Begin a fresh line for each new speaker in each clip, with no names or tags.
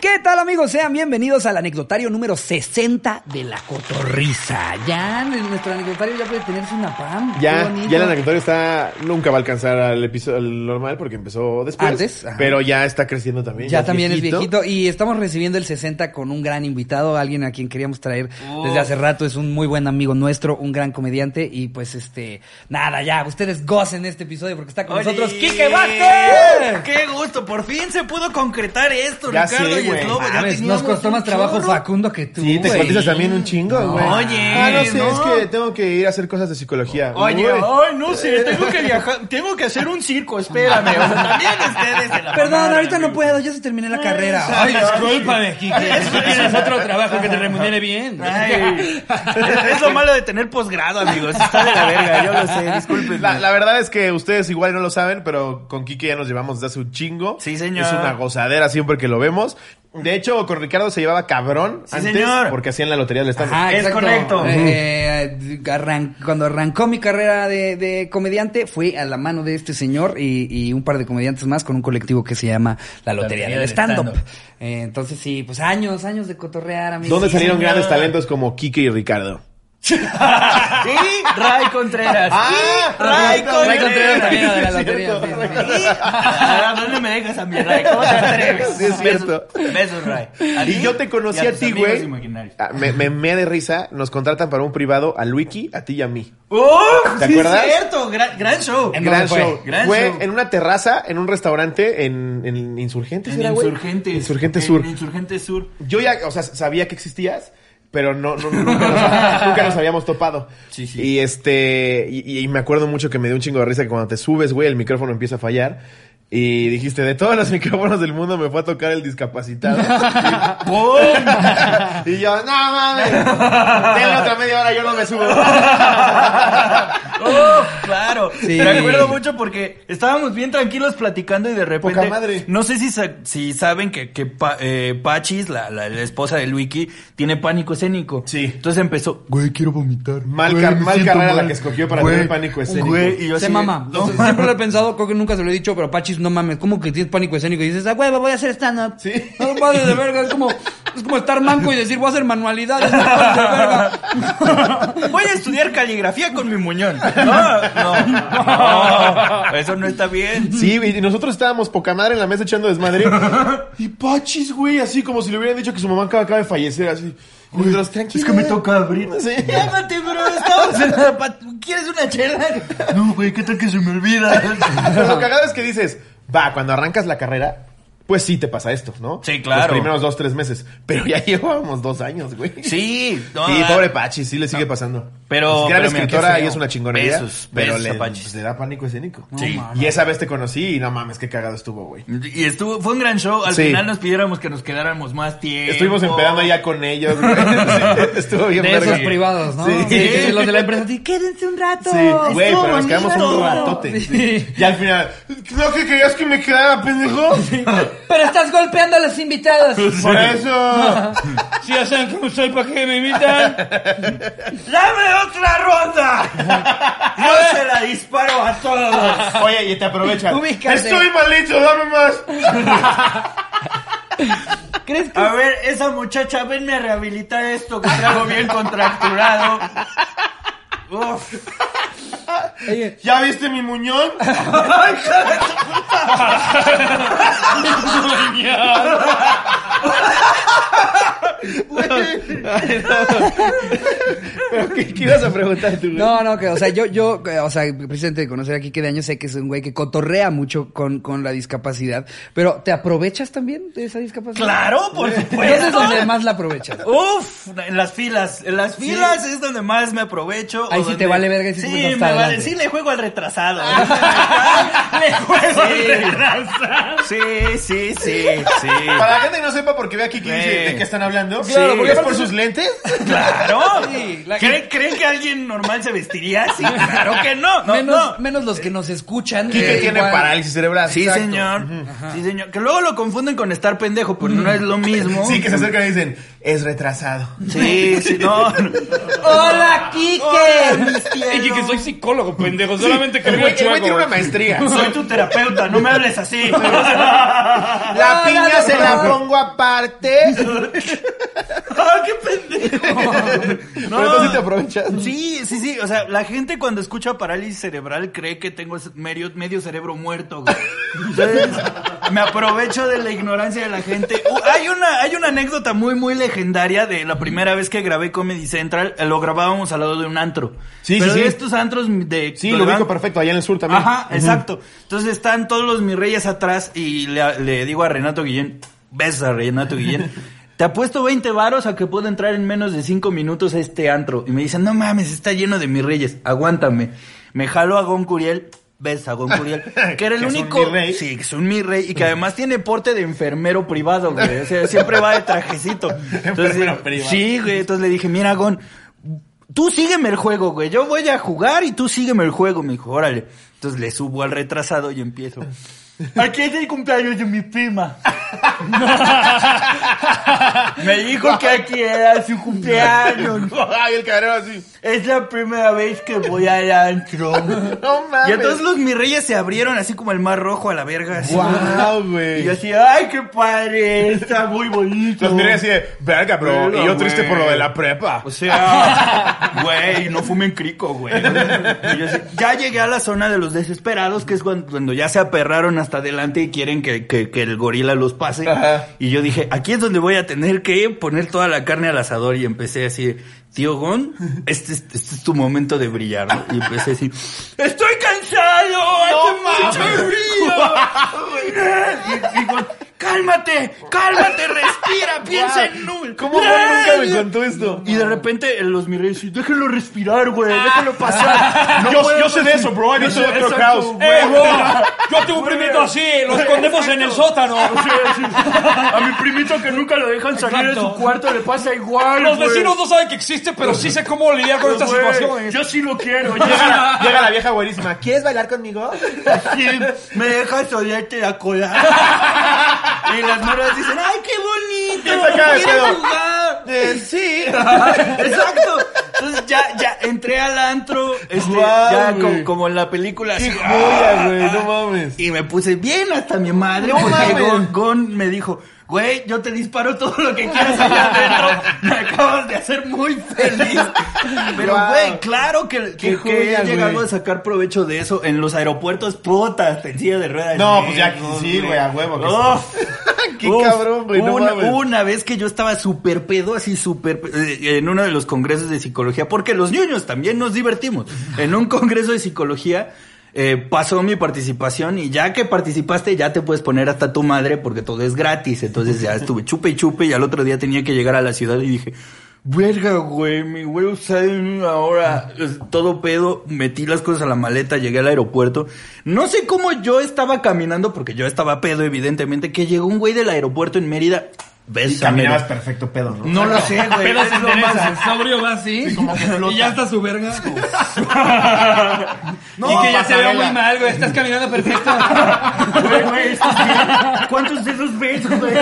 ¿Qué tal amigos? Sean bienvenidos al anecdotario número 60 de la cotorriza. Ya, nuestro anecdotario ya puede tener su napam.
Ah,
Qué
Ya,
bonito.
ya el anecdotario está. Nunca va a alcanzar al episodio al normal porque empezó después.
Antes, ajá.
Pero ya está creciendo también.
Ya también es viejito y estamos recibiendo el 60 con un gran invitado, alguien a quien queríamos traer desde hace rato, es un muy buen amigo nuestro, un gran comediante y pues este, nada, ya, ustedes gocen este episodio porque está con nosotros Kike Vázquez.
¡Qué gusto! Por fin se pudo concretar esto,
Ya
Ricardo
sé,
y
güey.
el Lobo. Ya
Mames, nos
teníamos
costó
un
más trabajo
chorro.
Facundo que tú.
Sí, te
güey.
cotizas también un chingo, güey.
Oye,
Ah, no sé,
no.
es que tengo que ir a hacer cosas de psicología.
Oye, oh,
Güey.
ay, no sé, tengo que viajar, tengo que hacer un circo, espérame. O sea, también ustedes se la
Perdón,
mamaron,
ahorita no
amigo.
puedo, ya se terminé la carrera.
Ay,
Discúlpame, Kike. Tú tienes otro trabajo que te remunere bien.
Ay, es, es lo malo de tener posgrado, amigos. Está de la verga, yo lo sé, disculpen.
La, la verdad es que ustedes igual no lo saben, pero con Kike ya nos llevamos desde hace un chingo.
Sí, señor.
Es una gozadera siempre que lo vemos. De hecho, con Ricardo se llevaba cabrón
Sí,
antes
señor.
porque hacían la lotería del estado.
Ajá,
Es
exacto.
correcto.
Eh, arran- cuando arrancó mi carrera de, de comediante, fui a la mano de este señor y, y un par de comediantes más con un colectivo que se llama La Lotería del Stand-Up. Eh, entonces, sí, pues años, años de cotorrear, amigos.
¿Dónde
Sí,
salieron
señor.
grandes talentos como Kike y Ricardo?
Y Ray Contreras.
Ah,
y Ray
Ray
Ray Contreras
Contreras.
también era de la
Sí, es
lotería,
cierto,
sí, sí, sí.
Y- Ah, ¿Dónde me dejas a mi Ray? ¿Cómo te atreves?
Sí, es cierto.
Besos, besos, Ray. A
Y
ti
yo te conocí
y
a
tus
ti,
amigos
güey.
imaginarios.
Ah, Me, me, me de risa, nos contratan para un privado a Luiki, a ti y a mí. ¿Te
¡Uf! Oh, sí,
acuerdas?
Es cierto, gran, gran show.
En
Gran
dónde fue?
show.
Gran
fue
show.
en una terraza, en un restaurante en, en Insurgentes,
En
era, güey?
Insurgentes.
Insurgentes
En
Sur.
Insurgentes Sur.
Yo ya, o sea, sabía que existías, pero no, no- nunca, nos, nunca nos habíamos topado.
Sí, sí.
Y este, y, y me acuerdo mucho que me dio un chingo de risa que cuando te subes, güey, el micrófono empieza a fallar. Y dijiste, de todos los micrófonos del mundo me fue a tocar el discapacitado.
¡Pum!
y yo, no mames, denle otra media hora, yo no me subo.
¡Oh, claro!
Sí.
Me acuerdo mucho porque estábamos bien tranquilos platicando y de repente...
Poca madre.
No sé si, sa- si saben que, que Pa- eh, Pachis, la, la- la esposa de Luiki, tiene pánico escénico.
Sí.
Entonces empezó...
Güey, quiero vomitar.
Mal,
Güey,
car-
me
mal
siento
carrera la
mal.
que escogió para
Güey,
tener pánico escénico.
Güey, y yo
Se
así-
mama.
No,
Entonces, siempre lo he pensado, creo que nunca se lo he dicho, pero Pachis, no mames, ¿cómo que tienes pánico escénico? Y dices, ah, huevo, voy a hacer stand-up.
Sí.
No mames de verga, es como, es como estar manco y decir, voy a hacer manualidades, no mames de verga.
Voy a estudiar caligrafía con mi muñón. No, no, no. Eso no está bien.
Sí, güey, y nosotros estábamos poca madre en la mesa echando desmadre. y Pachis, güey, así como si le hubieran dicho que su mamá acaba, acaba de fallecer, así. Nosotros, "Tranquila".
Es que me toca abrir.
Sí.
Llámate, bro. Estamos en la pat- ¿Quieres una chela? No, güey, ¿qué tal que se me olvida?
Pero lo cagado es que dices, va, cuando arrancas la carrera, pues sí te pasa esto, ¿no?
Sí, claro.
Los primeros dos, tres meses. Pero ya llevábamos dos años, güey.
Sí, no,
Sí,
ah,
pobre Pachis, sí le sigue pasando.
Pero-
Es gran
pero mira, qué
escritora
feo.
y es una chingonería.
Besos,
pero
besos
le,
a Pachis.
pues, le da pánico escénico.
Sí.
Y esa vez te conocí y no mames, qué cagado estuvo, güey.
Y estuvo, fue un gran show. Al
Sí.
final nos pidiéramos que nos quedáramos más tiempo.
Estuvimos empedando ya con ellos, güey. Sí, estuvo bien
De
verga.
esos privados, ¿no?
Sí.
que los de la empresa, sí, quédense un rato.
Sí, güey, pero nos
bonito.
quedamos un ratote.
Sí.
Y al final, ¿no que querías que me quedara, pendejo?
Pero estás golpeando a los invitados.
Por eso.
Si ya saben cómo soy, ¿para qué me invitan?
¡Dame otra ronda! ¡Yo se la disparo a todos!
Oye, y te aprovechan.
Ubícate.
Estoy malito, dame más.
¿Crees que
A ver, esa muchacha, venme a rehabilitar esto que traigo bien contracturado. Uf.
Oye,
¿Ya viste mi muñón? Pero, ¿qué, qué ibas a preguntar tú, güey?
No, no, que, o sea, yo, yo, eh, o sea, precisamente de conocer aquí que de años sé que es un güey que cotorrea mucho con, con la discapacidad, pero ¿te aprovechas también de esa discapacidad?
Claro, por
¿Dónde es
supuesto.
donde más la aprovechas?
Uf, en las filas, en las filas es donde más me aprovecho. o
Ahí sí te
donde-
vale verga y sí te
sí,
pones
me
hasta
vale,
adelante. Ah.
sí le juego al retrasado. le juego al retrasado. Sí, sí, sí, sí.
Para la gente que no sepa, porque ve aquí que dice
Sí.
de qué están hablando.
Sí,
acuerdo, porque
¿Es
aparte
por sus lentes?
Claro.
Sí, la-
¿Creen, creen que alguien normal se vestiría así? Claro que no. no,
menos,
no.
menos los que nos escuchan.
Quique
que
tiene
igual-
parálisis cerebral.
Sí,
Exacto.
señor. Sí, señor. Que luego lo confunden con estar pendejo, pero no es lo mismo.
Sí, que se acercan y dicen, es retrasado.
Sí, sí, no. no.
¡Hola, Kike!
Y que soy psicólogo, pendejo. Solamente que
El
vivo
güey el güey tiene una
chueco.
maestría.
Soy tu terapeuta, no me hables así.
La
No, no,
piña
no,
se
no.
la pongo aparte.
¡Ah, qué pendejo!
Pero tú sí te aprovechas.
Sí, sí, sí. O sea, la gente cuando escucha parálisis cerebral cree que tengo es- medio, medio cerebro muerto, güey. Entonces, me aprovecho de la ignorancia de la gente. Uh, hay, una, hay una anécdota muy, muy legendaria de la primera vez que grabé Comedy Central. eh, Lo grabábamos al lado de un antro.
Sí,
Pero
sí,
de
sí.
estos antros de...
Sí, lo
tolerancia-
ubico perfecto, allá en el sur también.
Ajá, exacto. Entonces están todos los mis reyes atrás y le, le digo a Renato Guillén, ves a Renato Guillén, te apuesto 20 varos a que puedo entrar en menos de 5 minutos a este antro. Y me dicen, no mames, está lleno de mis reyes, aguántame. Me jalo a Gon Curiel, ves a Gon Curiel, que era el
Que es un
único...
mi rey.
Sí, que es un mi rey y que además tiene porte de enfermero privado, güey. O sea, siempre va de trajecito.
Enfermero privado.
Sí, güey. Entonces le dije, mira, Gon, tú sígueme el juego, güey. Yo voy a jugar y tú sígueme el juego. Me dijo, órale. Entonces le subo al retrasado y empiezo. Aquí es el cumpleaños de mi prima. Me dijo que aquí era su cumpleaños.
Ay, el cabrón así.
Es la primera vez que voy al antro.
No mames.
Y entonces los mis reyes se abrieron así como el mar rojo a la verga. Así.
Guau,
Y yo
güey.
así, ay, qué padre, está muy bonito.
Los miré así de, verga, bro.
Verga,
Y yo triste por lo de
güey. Pues,
la prepa.
O sea, güey, no fumen crico, güey. Y yo así, Ya llegué a la zona de los desesperados, que es cuando, cuando ya se aperraron hasta adelante y quieren que, que- que el gorila los pase.
Ajá.
Y yo dije, aquí es donde voy a tener que poner toda la carne al asador. Y empecé así, tío Gon, este, es- este es tu momento de brillar. ¿no? Y empecé así, estoy cansado, hace mucho frío. Y, y Gon, cálmate, cálmate, respira, piensa en nul.
¿Cómo güey, nunca me contó esto?
Y de repente eh, los miré y dije, déjenlo respirar, güey,
Ah,
déjenlo pasar. No
yo,
puedo
yo sé de eso, bro. He visto
Eso-
otro
eso
caos.
tú,
¡Eh, bro! Yo tengo un primito así, lo escondemos en el sótano.
A mi primito que nunca lo dejan salir de su
Exacto.
cuarto le pasa igual,
Los
güey.
vecinos no saben que existe, pero sí sé cómo lidiar con esta
Güey,
situación.
Yo sí lo quiero. yo
Llega la, llega la vieja buenísima. ¿Quieres bailar conmigo?
sí, me dejas olerte la cola. Y las morras dicen, ¡ay, qué bonito!
Se saca de
quiero
pedo.
jugar!
Eh, sí.
Exacto. Entonces ya, ya entré al antro, este,
Guau,
ya
güey.
como, como en la película.
Qué
así,
joya, güey. No mames.
Y me puse bien hasta mi madre
No
porque
mames.
Gon, Gon me dijo, güey, yo te disparo todo lo que quieras allá adentro. Me acabas de hacer muy feliz. Pero,
Wow.
güey, claro que,
Qué
que, que he
joya,
llegado
güey.
a sacar provecho de eso en los aeropuertos putas, en silla de ruedas.
No, pues ya,
Lejos,
sí, güey, a huevo que
Uf.
Qué
Uf,
cabrón, güey. No
una,
mames.
una vez que yo estaba súper pedo, así súper... pe- eh, En uno de los congresos de psicología, porque los niños también nos divertimos. En un congreso de psicología eh, pasó mi participación y ya que participaste ya te puedes poner hasta tu madre porque todo es gratis. Entonces ya estuve chupe y chupe y al otro día tenía que llegar a la ciudad y dije... Verga, güey, mi güey sale en una hora, es todo pedo, metí las cosas a la maleta, llegué al aeropuerto. No sé cómo yo estaba caminando, porque yo estaba pedo, evidentemente, que llegó un güey del aeropuerto en Mérida. Ves,
Caminabas
Mérida.
perfecto pedo, ¿no?
No lo sé, güey.
Pero
es
se
lo
interesa.
más-
El sobrio va así. Y ya está su verga.
No,
y que ya se vea
pasarela.
muy mal, güey. Estás caminando perfecto.
Güey, güey, estos- ¿Cuántos de esos ves, güey?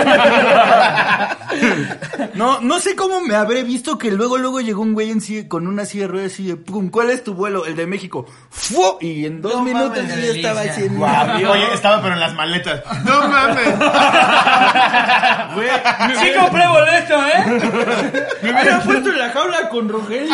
No, no sé cómo me habré visto que luego, luego llegó un güey en silla- con una silla de ruedas así de pum, ¿cuál es tu vuelo? El de México. ¡Fu! Y en dos
No
minutos
mames,
yo ya estaba
delicia.
así en mi avión.
Oye, estaba pero en las maletas. No mames.
Güey,
Sí compré boleto, ¿eh?
me hubiera puesto en la jaula con Rogelio.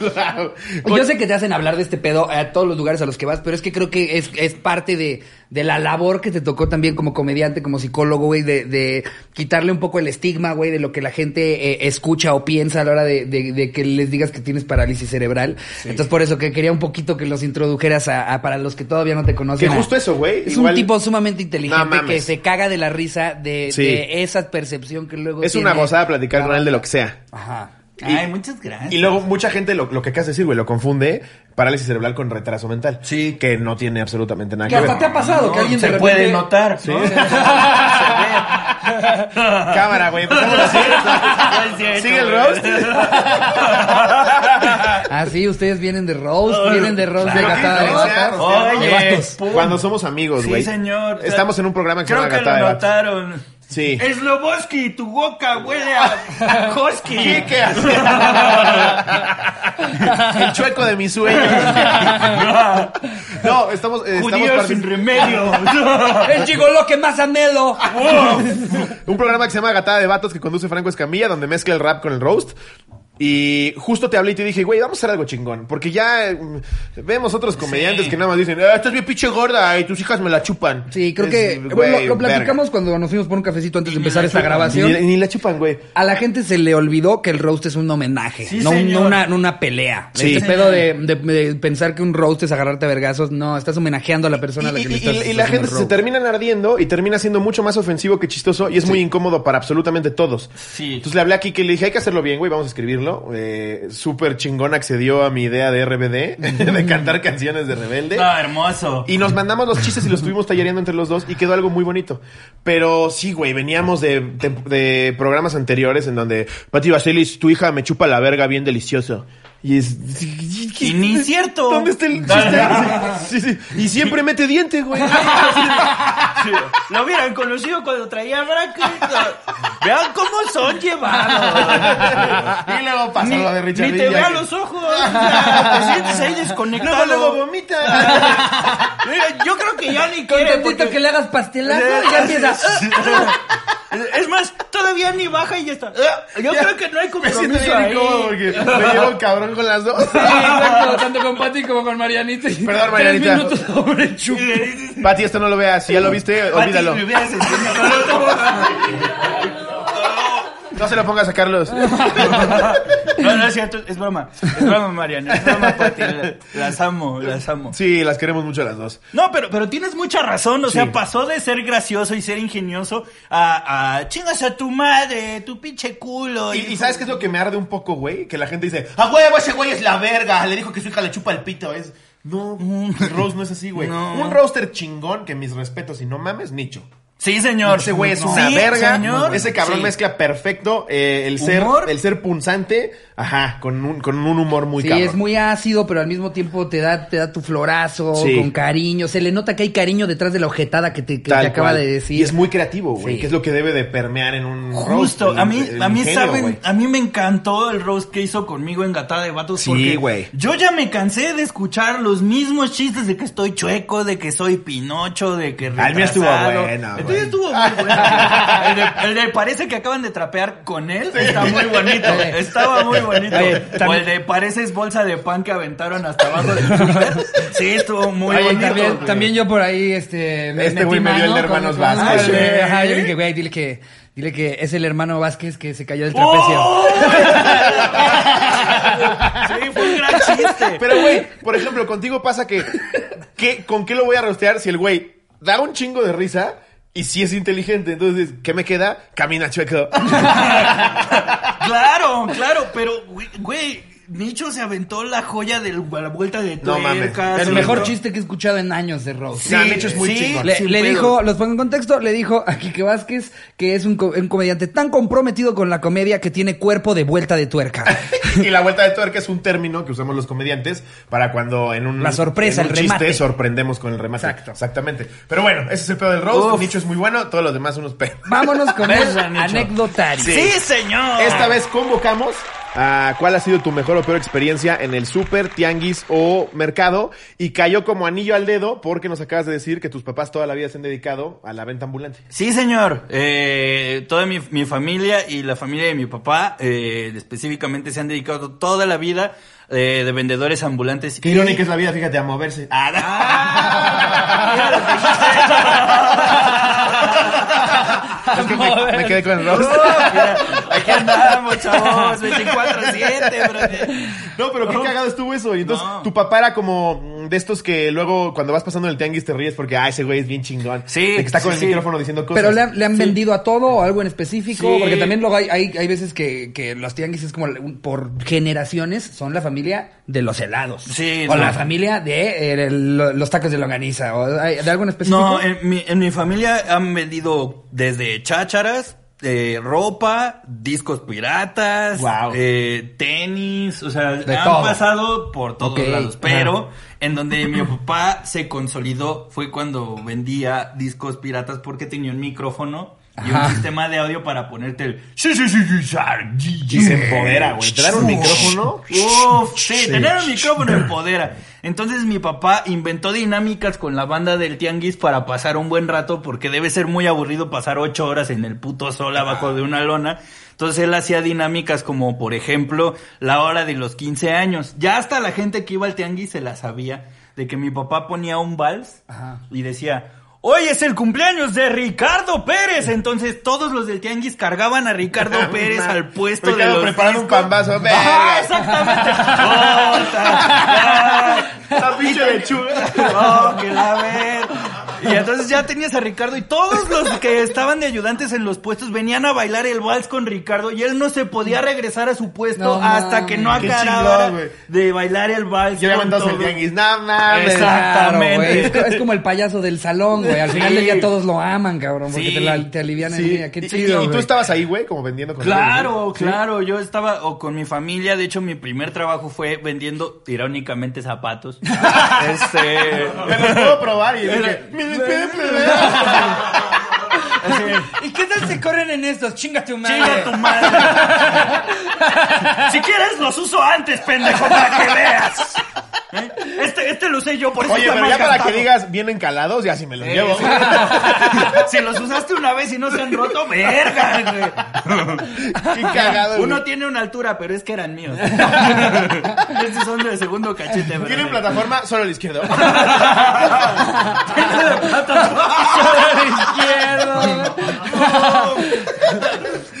Guau.
Yo sé que te hacen hablar de este pedo a todos los lugares a los que vas, pero es que creo que es, es parte de, de la labor que te tocó también como comediante, como psicólogo, güey, de, de quitarle un poco el estigma, güey, de lo que la gente eh, escucha o piensa a la hora de, de- de que les digas que tienes parálisis cerebral. Entonces, por eso que quería un poquito que los introdujeras a, a- para los que todavía no te conocen.
Que justo eso, güey,
Es un
igual-
tipo sumamente inteligente
mames.
que se caga de la risa de,
Sí.
de esa percepción que luego
Es una
tiene.
gozada platicar con él de lo que sea.
Ajá.
Ay, muchas gracias.
Y luego mucha gente lo, lo que acabas de decir, güey, lo confunde parálisis cerebral con retraso mental.
Sí.
Que no tiene absolutamente nada
Que
que ver.
hasta te ha pasado que
No,
alguien
se
de
puede
repente-
notar. ¿no? Se- se ve.
Cámara, güey. empezamos así. Sigue el roast.
Ah, sí, ustedes vienen de Rose, vienen de Rose
Pero
de
qué
Gatada de
diferencia,
Gatas.
o sea,
Oye,
de vatos.
pum.
Cuando somos amigos, güey.
Sí, señor.
Estamos en un programa que se
Creo
llama
que
Gatada de
lo
Vatos.
notaron.
Sí.
Sloboski, tu boca huele a, a Husky.
¿Qué, qué hace? El chueco de mis sueños. No, estamos, eh, estamos
Judío sin
partic-
remedio.
El gigoló que más anhelo.
un programa que se llama Gatada de Vatos que conduce Franco Escamilla, donde mezcla el rap con el roast. Y justo te hablé y te dije, güey, vamos a hacer algo chingón. Porque ya eh, vemos otros comediantes que nada más dicen, ah, estás bien pinche gorda y tus hijas me la chupan.
Sí, creo
Es,
que bueno,
güey,
lo, lo
verga.
platicamos cuando nos fuimos por un cafecito antes de
ni
empezar
la
esta
chupan,
grabación.
Ni, ni la chupan, güey.
A la gente se le olvidó que el roast es un homenaje,
Sí,
no, un-
señor.
no una, no una pelea.
Sí.
Este pedo de, de- de pensar que un roast es agarrarte a vergazos, no, estás homenajeando a la persona a la
Y,
que le
y-
estás
y- y la
haciendo el
gente se
roast.
termina ardiendo y termina siendo mucho más ofensivo que chistoso y es muy incómodo para absolutamente todos.
Sí.
Entonces le hablé aquí que le dije, hay que hacerlo bien, güey, vamos a escribirlo. Eh, Súper chingón accedió a mi idea de RBD, de cantar canciones de rebelde.
Ah,
No, hermoso.
Y nos mandamos los chistes y los estuvimos tallereando entre los dos y quedó algo muy bonito. Pero sí, güey, veníamos de, de- de programas anteriores en donde, Pati Vaselis, tu hija me chupa la verga bien delicioso. Y es...
Y ni cierto.
¿Dónde está el chiste? Sí, sí. Y siempre mete diente, güey.
Lo hubieran conocido cuando traía brackets. Vean cómo son llevados.
y luego pasa
Ni,
lo de Richard
ni te
Villa,
vean
que-
los ojos. o sea, Te sientes ahí desconectado.
Luego, luego vomita.
Mira, yo creo que ya ni
Con
quiere,
tantito
porque-
que le hagas pastelazo, ya empieza.
Es más, todavía ni baja y ya está. Yo creo que no hay
Ah, Me siento
compromiso
bien
ahí.
incómodo porque me llevo el cabrón con las dos.
Sí, exacto, tanto con Pati como con Marianita.
Perdón, Marianita.
Tres minutos sobre el chup.
Y le dices,
Pati, esto no lo veas. Si ya lo viste,
"Pati,
olvídalo.
me hubieras enseñado". No, no,
No se lo pongas a Carlos.
No, no, no es cierto, es broma. Es broma, Mariana. Es broma, Pati. la- Las amo, las amo.
Sí, las queremos mucho a las dos.
No, pero, pero tienes mucha razón. O
Sí.
sea, pasó de ser gracioso y ser ingenioso a, a chingas a tu madre, tu pinche culo.
Y, y sabes qué es lo que me arde un poco, güey? Que la gente dice, "Ah,
A huevo, ese güey es la verga. Le dijo que su hija le chupa el pito. Es.
no, el roast no es así, güey.
Mm. No.
Un roaster chingón, que mis respetos y no mames, nicho.
Sí, señor.
Ese güey es
No.
una
Sí,
verga.
señor.
Ese cabrón
Sí.
mezcla perfecto eh, el ser
Humor.
el ser punzante, ajá, con un, con un humor muy
Sí,
cabrón.
es muy ácido, pero al mismo tiempo te da, te da tu florazo,
Sí.
con cariño. Se le nota que hay cariño detrás de la ojetada que te, que
Tal
te acaba
cual.
de decir.
Y es muy creativo, güey,
Sí.
que es lo que debe de permear en un
Justo,
roast, el-
a mí,
el
a mí
ingenio,
saben,
güey.
a mí me encantó el roast que hizo conmigo en Gatada de Vatos.
Sí,
porque
güey.
Yo ya me cansé de escuchar los mismos chistes de que estoy chueco, de que soy Pinocho, de que
Ah, el mío estuvo
retrasado.
bueno,
El
güey.
tuyo estuvo muy bueno. El de, el de parece que acaban de trapear con él está muy bonito. Estaba muy bonito.
Oye,
O
también-
el de pareces bolsa de pan que aventaron hasta abajo del Twitter. Sí, estuvo muy
Oye,
bonito.
también,
güey.
también yo por ahí, este.
Este güey me
mano
dio el de
con-
hermanos
con-
Vázquez.
Ah, güey,
¿Eh?
Ajá, yo le dije, güey, dile que, dile que es el hermano Vázquez que se cayó del trapecio.
¡Oh! Sí, fue un gran chiste.
Pero, güey, por ejemplo, contigo pasa que, ¿qué- ¿Con qué lo voy a rostear si el güey da un chingo de risa y si es inteligente? Entonces, ¿qué me queda? Camina chueco.
Claro, claro, pero, güey, güey, Nicho se aventó la joya de la vuelta de
No mames,
tuerca.
El
se
mejor
aventó-
chiste que he escuchado en años de Rose.
Sí, Nah, Nicho es muy chingón.
Le,
sin
le
pedo.
dijo, los pongo en contexto, le dijo a Quique Vázquez que es un, co- un comediante tan comprometido con la comedia que tiene cuerpo de vuelta de tuerca.
y la vuelta de tuerca es un término que usamos los comediantes para cuando en un,
La sorpresa,
en un
el remate.
chiste sorprendemos con el remate.
Exacto.
Exactamente. Pero bueno, ese es el pedo del roast.
Uf.
El nicho es muy bueno, todos los demás unos pedos.
Vámonos con el
Verga, Nicho.
anecdotario.
Sí, señor.
Esta vez convocamos a cuál ha sido tu mejor o peor experiencia en el súper, tianguis o mercado. Y cayó como anillo al dedo porque nos acabas de decir que tus papás toda la vida se han dedicado a la venta ambulante.
Sí, señor. Eh, toda mi, mi familia y la familia de mi papá eh, específicamente se han dedicado toda la vida eh, de vendedores ambulantes.
Qué irónica es la vida, fíjate, a moverse. Ah, es que me, me quedé con el roast.
Aquí andamos, chavos, 24-7, bro.
No, pero qué cagado estuvo eso. Y entonces
No.
tu papá era como, mm, de estos que luego cuando vas pasando en el tianguis te ríes porque, ah, ese güey es bien chingón.
Sí,
De que está con
sí,
el
sí.
micrófono diciendo cosas.
Pero le han, le han vendido a todo o algo en específico,
Sí.
porque también luego hay, hay, hay veces que, que los tianguis es como un- por generaciones son la familia de los helados.
Sí,
O
no.
la familia de eh, lo- los tacos de longaniza o hay- de algo en específico.
No, en mi, en mi familia han vendido desde chácharas, eh, ropa, discos piratas,
Guau.
eh, tenis, o sea,
De
han
todo.
pasado por todos
Ok,
lados. Pero en donde mi papá se consolidó fue cuando vendía discos piratas porque tenía un micrófono y un
Ajá.
sistema de audio para ponerte el... ah,
Y se empodera, güey. Te dan un micrófono.
Uf, sí, tener un micrófono empodera. Entonces mi papá inventó dinámicas con la banda del tianguis para pasar un buen rato porque debe ser muy aburrido pasar ocho horas en el puto sol abajo de una lona. Entonces él hacía dinámicas como, por ejemplo, la hora de los 15 años. Ya hasta la gente que iba al tianguis se la sabía de que mi papá ponía un vals
Ajá.
y decía, hoy es el cumpleaños de Ricardo Pérez. Entonces todos los del tianguis cargaban a Ricardo Pérez al puesto
Ricardo
de los
preparando un
discos.
pambazo,
Ajá,
verga.
exactamente. Puta.
Esa pinche lechuga.
No, Oh, que la ver. Y entonces ya tenías a Ricardo y todos los que estaban de ayudantes en los puestos venían a bailar el vals con Ricardo y él no se podía regresar a su puesto
No
hasta
mames.
que no
Qué
acababa
chingón, güey.
de bailar el vals.
Yo le
con
mandado el
todos.
tianguis. No mames.
Exacto.
Claro, güey.
Exactamente.
Es, co- es como el payaso del salón, güey. Al final
Sí.
del día todos lo aman, cabrón, porque
Sí.
te, la- te alivian el
Sí.
día. Qué
Y- y-
chido.
Y, tú
güey.
estabas ahí, güey, como vendiendo con
Claro,
ellos, ¿no?
claro, yo estaba o con mi familia, de hecho mi primer trabajo fue vendiendo irónicamente zapatos. este
Me los puedo probar y dije, mi
¿Y qué tal se corren en estos? Chinga tu madre.
Chinga tu madre. si quieres, los uso antes, pendejo, para que veas. ¿Eh? Este, este lo usé yo, por eso
Oye,
está
pero
más
ya para que
gastado.
digas bien encalados, ya si me los
Eh,
llevo.
si los usaste una vez y no se han roto, verga, güey.
Qué cagado.
Uno
güey.
tiene una altura, pero es que eran míos. Estos son de segundo cachete, güey.
Tienen plataforma solo el izquierdo.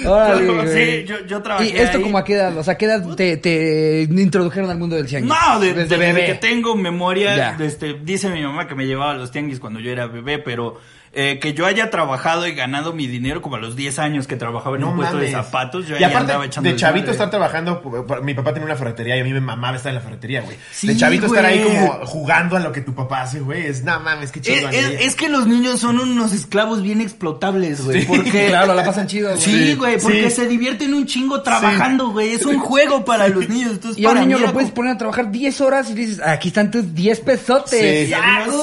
Órale, güey.
Sí, yo, yo
¿Y
trabajé.
esto
ahí.
como a qué edad? O sea, ¿a qué edad te, te introdujeron al mundo del tianguis?
No, de- desde,
bebé.
que tengo memoria,
Ya.
este, dice mi mamá que me llevaba a los tianguis cuando yo era bebé, pero eh, que yo haya trabajado y ganado mi dinero como a los 10 años que trabajaba en un puesto de
mames.
zapatos, yo
y
ahí andaba
aparte,
echando
de
el
chavito
madre.
estar trabajando, por- por- mi papá tenía una ferretería y a mí me mamaba estar en la ferretería, güey.
Sí,
de chavito estar ahí
güey.
como jugando a lo que tu papá hace, güey, es nada mames, qué
Es,
chido.
es- es que los niños son unos esclavos bien explotables, güey. porque
Claro, la pasan chido, güey.
Sí, güey, porque
Sí.
se divierten un chingo trabajando, güey. Es un juego para los niños. Entonces,
Y a un
para
niño
mí
lo
era
puedes
como-
poner a trabajar 10 horas y dices, "Ah, aquí están tus 10 pesotes.
Sí.
¡Ah, güey!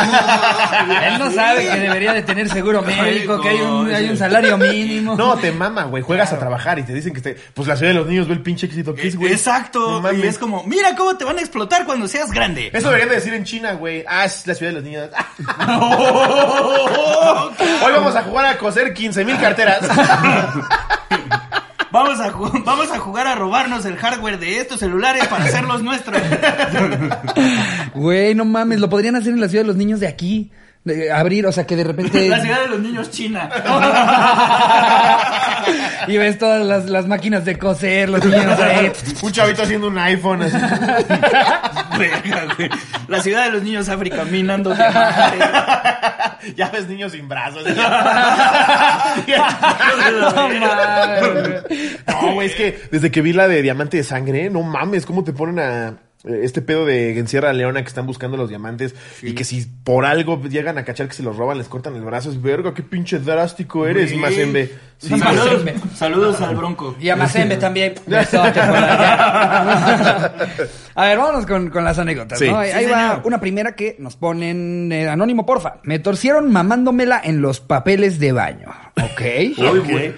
Él no sabe que debería de tener seguro médico, que hay un, hay un salario mínimo.
No, te mama, güey, juegas a trabajar y te dicen que te, pues la ciudad de los niños ve el pinche éxito que es, güey. No
Exacto.
mames.
y es como, mira cómo te van a explotar cuando seas grande.
Eso deberían de decir en China, güey. Ah, es la ciudad de los niños. Hoy vamos a jugar a coser 15 mil carteras.
Vamos a, ju- vamos a jugar a robarnos el hardware de estos celulares para hacerlos nuestros.
Güey, no mames, lo podrían hacer en la ciudad de los niños de aquí. De- abrir, o sea, que de repente...
La ciudad de los niños china.
y ves todas las, las máquinas de coser, los niños ahí.
Un chavito haciendo un iPhone. así.
Verga, güey. La ciudad de los niños África minando diamantes.
ya ves niños sin brazos.
No mames.
No, güey, es que desde que vi la de Diamante de Sangre, no mames, cómo te ponen a eh, este pedo de en Sierra Leona que están buscando los diamantes y que si por algo llegan a cachar que se los roban, les cortan el brazo. Es verga, qué pinche drástico eres, Mazembe. Sí,
Mazembe.
saludos, saludos al bronco.
Y a Mazembe también. Besote por allá. A ver, vámonos con, con las anécdotas,
Sí.
¿no? Ahí,
Sí,
ahí va
señor.
una primera que nos ponen eh, anónimo, porfa. Me torcieron mamándomela en los papeles de baño. Ok.
Uy, güey.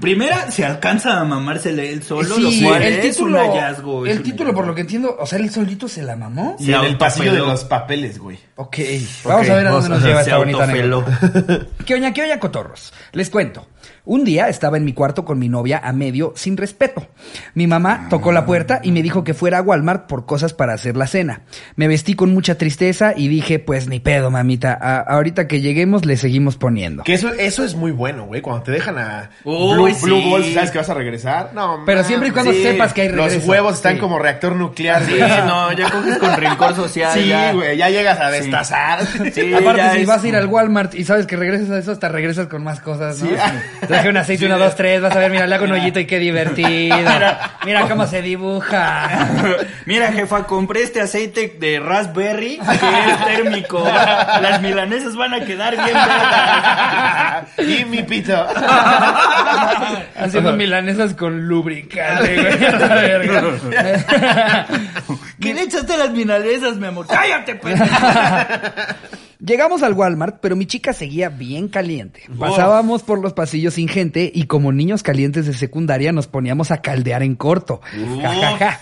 Primera, se alcanza a mamársele él solo,
Sí,
lo cual
el
es
título,
un hallazgo. es
el
un
título por
hallazgo.
lo que entiendo, o sea, él solito se la mamó.
Y en el pasillo de
autopeló.
los papeles, güey.
Ok, vamos a ver a dónde nos lleva
Se
esta bonita
autofeló.
anécdota. ¿Qué oña, qué oña, cotorros? Les cuento. Un día estaba en mi cuarto con mi novia a medio sin respeto. Mi mamá tocó la puerta y me dijo que fuera a Walmart por cosas para hacer la cena. Me vestí con mucha tristeza y dije, pues ni pedo, mamita. A- ahorita que lleguemos le seguimos poniendo.
Que eso, eso es muy bueno, güey. Cuando te dejan a
Uy, güey,
Blue
sí.
Balls, ¿sabes que vas a regresar? No,
Pero
man.
siempre y cuando
sí.
sepas que hay regreso.
Los huevos están
Sí.
como reactor nuclear,
Sí,
güey.
no, ya coges con rencor social.
Sí,
ya.
güey, ya llegas a destazar.
Sí,
Aparte,
ya
si
es
vas a ir
como-
al Walmart y sabes que regresas a eso, hasta regresas con más cosas, ¿no?
Sí.
Sí. Traje un aceite, una, dos, tres, vas a ver, mira, le hago un hoyito y qué divertido. Mira, cómo se dibuja.
Mira, jefa, compré este aceite de raspberry que es térmico. Las milanesas van a quedar bien verdes.
y mi pito.
Haciendo milanesas con lubricante, güey. La verga.
¿Qué le echaste a las milanesas, mi amor? ¡Cállate, pues!
Llegamos al Walmart, pero mi chica seguía bien caliente. Pasábamos por los pasillos sin gente y como niños calientes de secundaria nos poníamos a caldear en corto. Ja, ja, ja.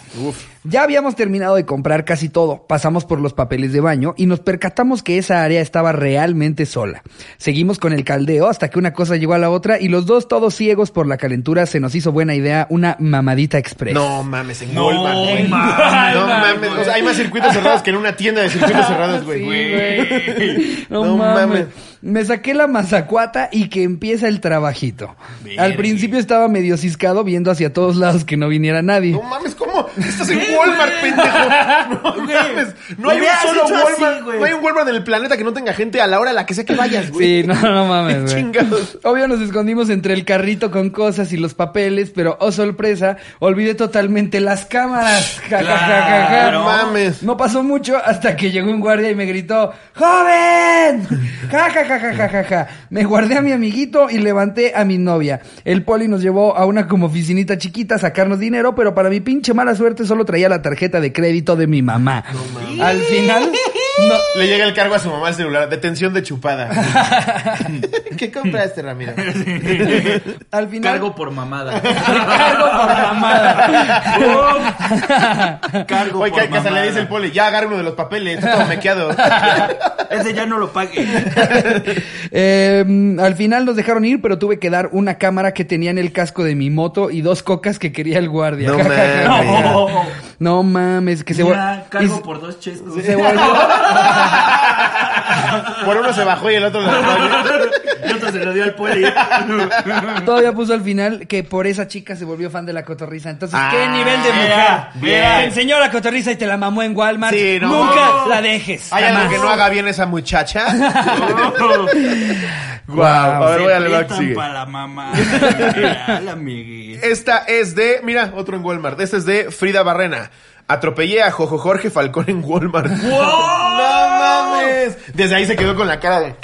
Ya habíamos terminado de comprar casi todo. Pasamos por los papeles de baño y nos percatamos que esa área estaba realmente sola. Seguimos con el caldeo hasta que una cosa llegó a la otra y los dos todos ciegos por la calentura se nos hizo buena idea una mamadita express.
No mames, en Walmart, güey.
mames,
No mames. O sea, hay más circuitos cerrados que en una tienda de circuitos cerrados, güey.
Sí,
Güey.
No, mames. Me saqué la mazacuata y que empieza el trabajito. Al principio estaba medio ciscado viendo hacia todos lados que no viniera nadie.
No mames, ¿cómo? Estás en Walmart, pendejo. No mames. No hay un
Hubieras
solo
hecho así,
Walmart.
güey.
no hay un Walmart en el planeta que no tenga gente a la hora a la que sea que vayas, güey.
Sí, no, no mames, güey.
Chingados.
Obvio nos escondimos entre el carrito con cosas y los papeles, pero oh sorpresa, olvidé totalmente las cámaras. Ja, ja, ja, ja, ja.
No mames.
No pasó mucho hasta que llegó un guardia y me gritó, ¡Joven! Ja, ja, ja, ja, ja, ja, ja. Me guardé a mi amiguito y levanté a mi novia. El poli nos llevó a una como oficinita chiquita a sacarnos dinero, pero para mi pinche mala suerte solo traía la tarjeta de crédito de mi mamá. Al final... no-
Le llega el cargo a su mamá al celular. Detención de chupada. ¿Qué compraste, Ramiro?
al final
Cargo por mamada.
Cargo por mamada.
Cargo
Oye, que
por
que hasta le dice el
mamada.
poli, ya agarra uno de los papeles, está todo mequeado.
Ese ya no lo pague.
Eh, al final nos dejaron ir, pero tuve que dar una cámara que tenía en el casco de mi moto y dos cocas que quería el guardia.
No mames.
No, No mames, que se, vol-
Mira,
y
cargo
se-
por dos chescos.
se volvió.
Por uno se bajó y el otro lo bajó.
Y otro se lo dio al poli.
Todavía puso al final que por esa chica se volvió fan de la cotorriza. Entonces, ¿qué
Ah,
nivel de mujer?
mira, bien.
Te enseñó la cotorriza y te la mamó en Walmart.
Sí, no.
Nunca la dejes.
¿Hay algo
jamás.
que no haga bien esa muchacha?
Guau.
Guau. A ver, voy a leer lo que sigue.
Prestan para la mamá. Mira, la amiguita.
Esta es de, mira, otro en Walmart. Esta es de Frida Barrena. Atropellé a Jojo Jorge Falcón en Walmart. ¡No mames! Desde ahí se quedó con la cara de.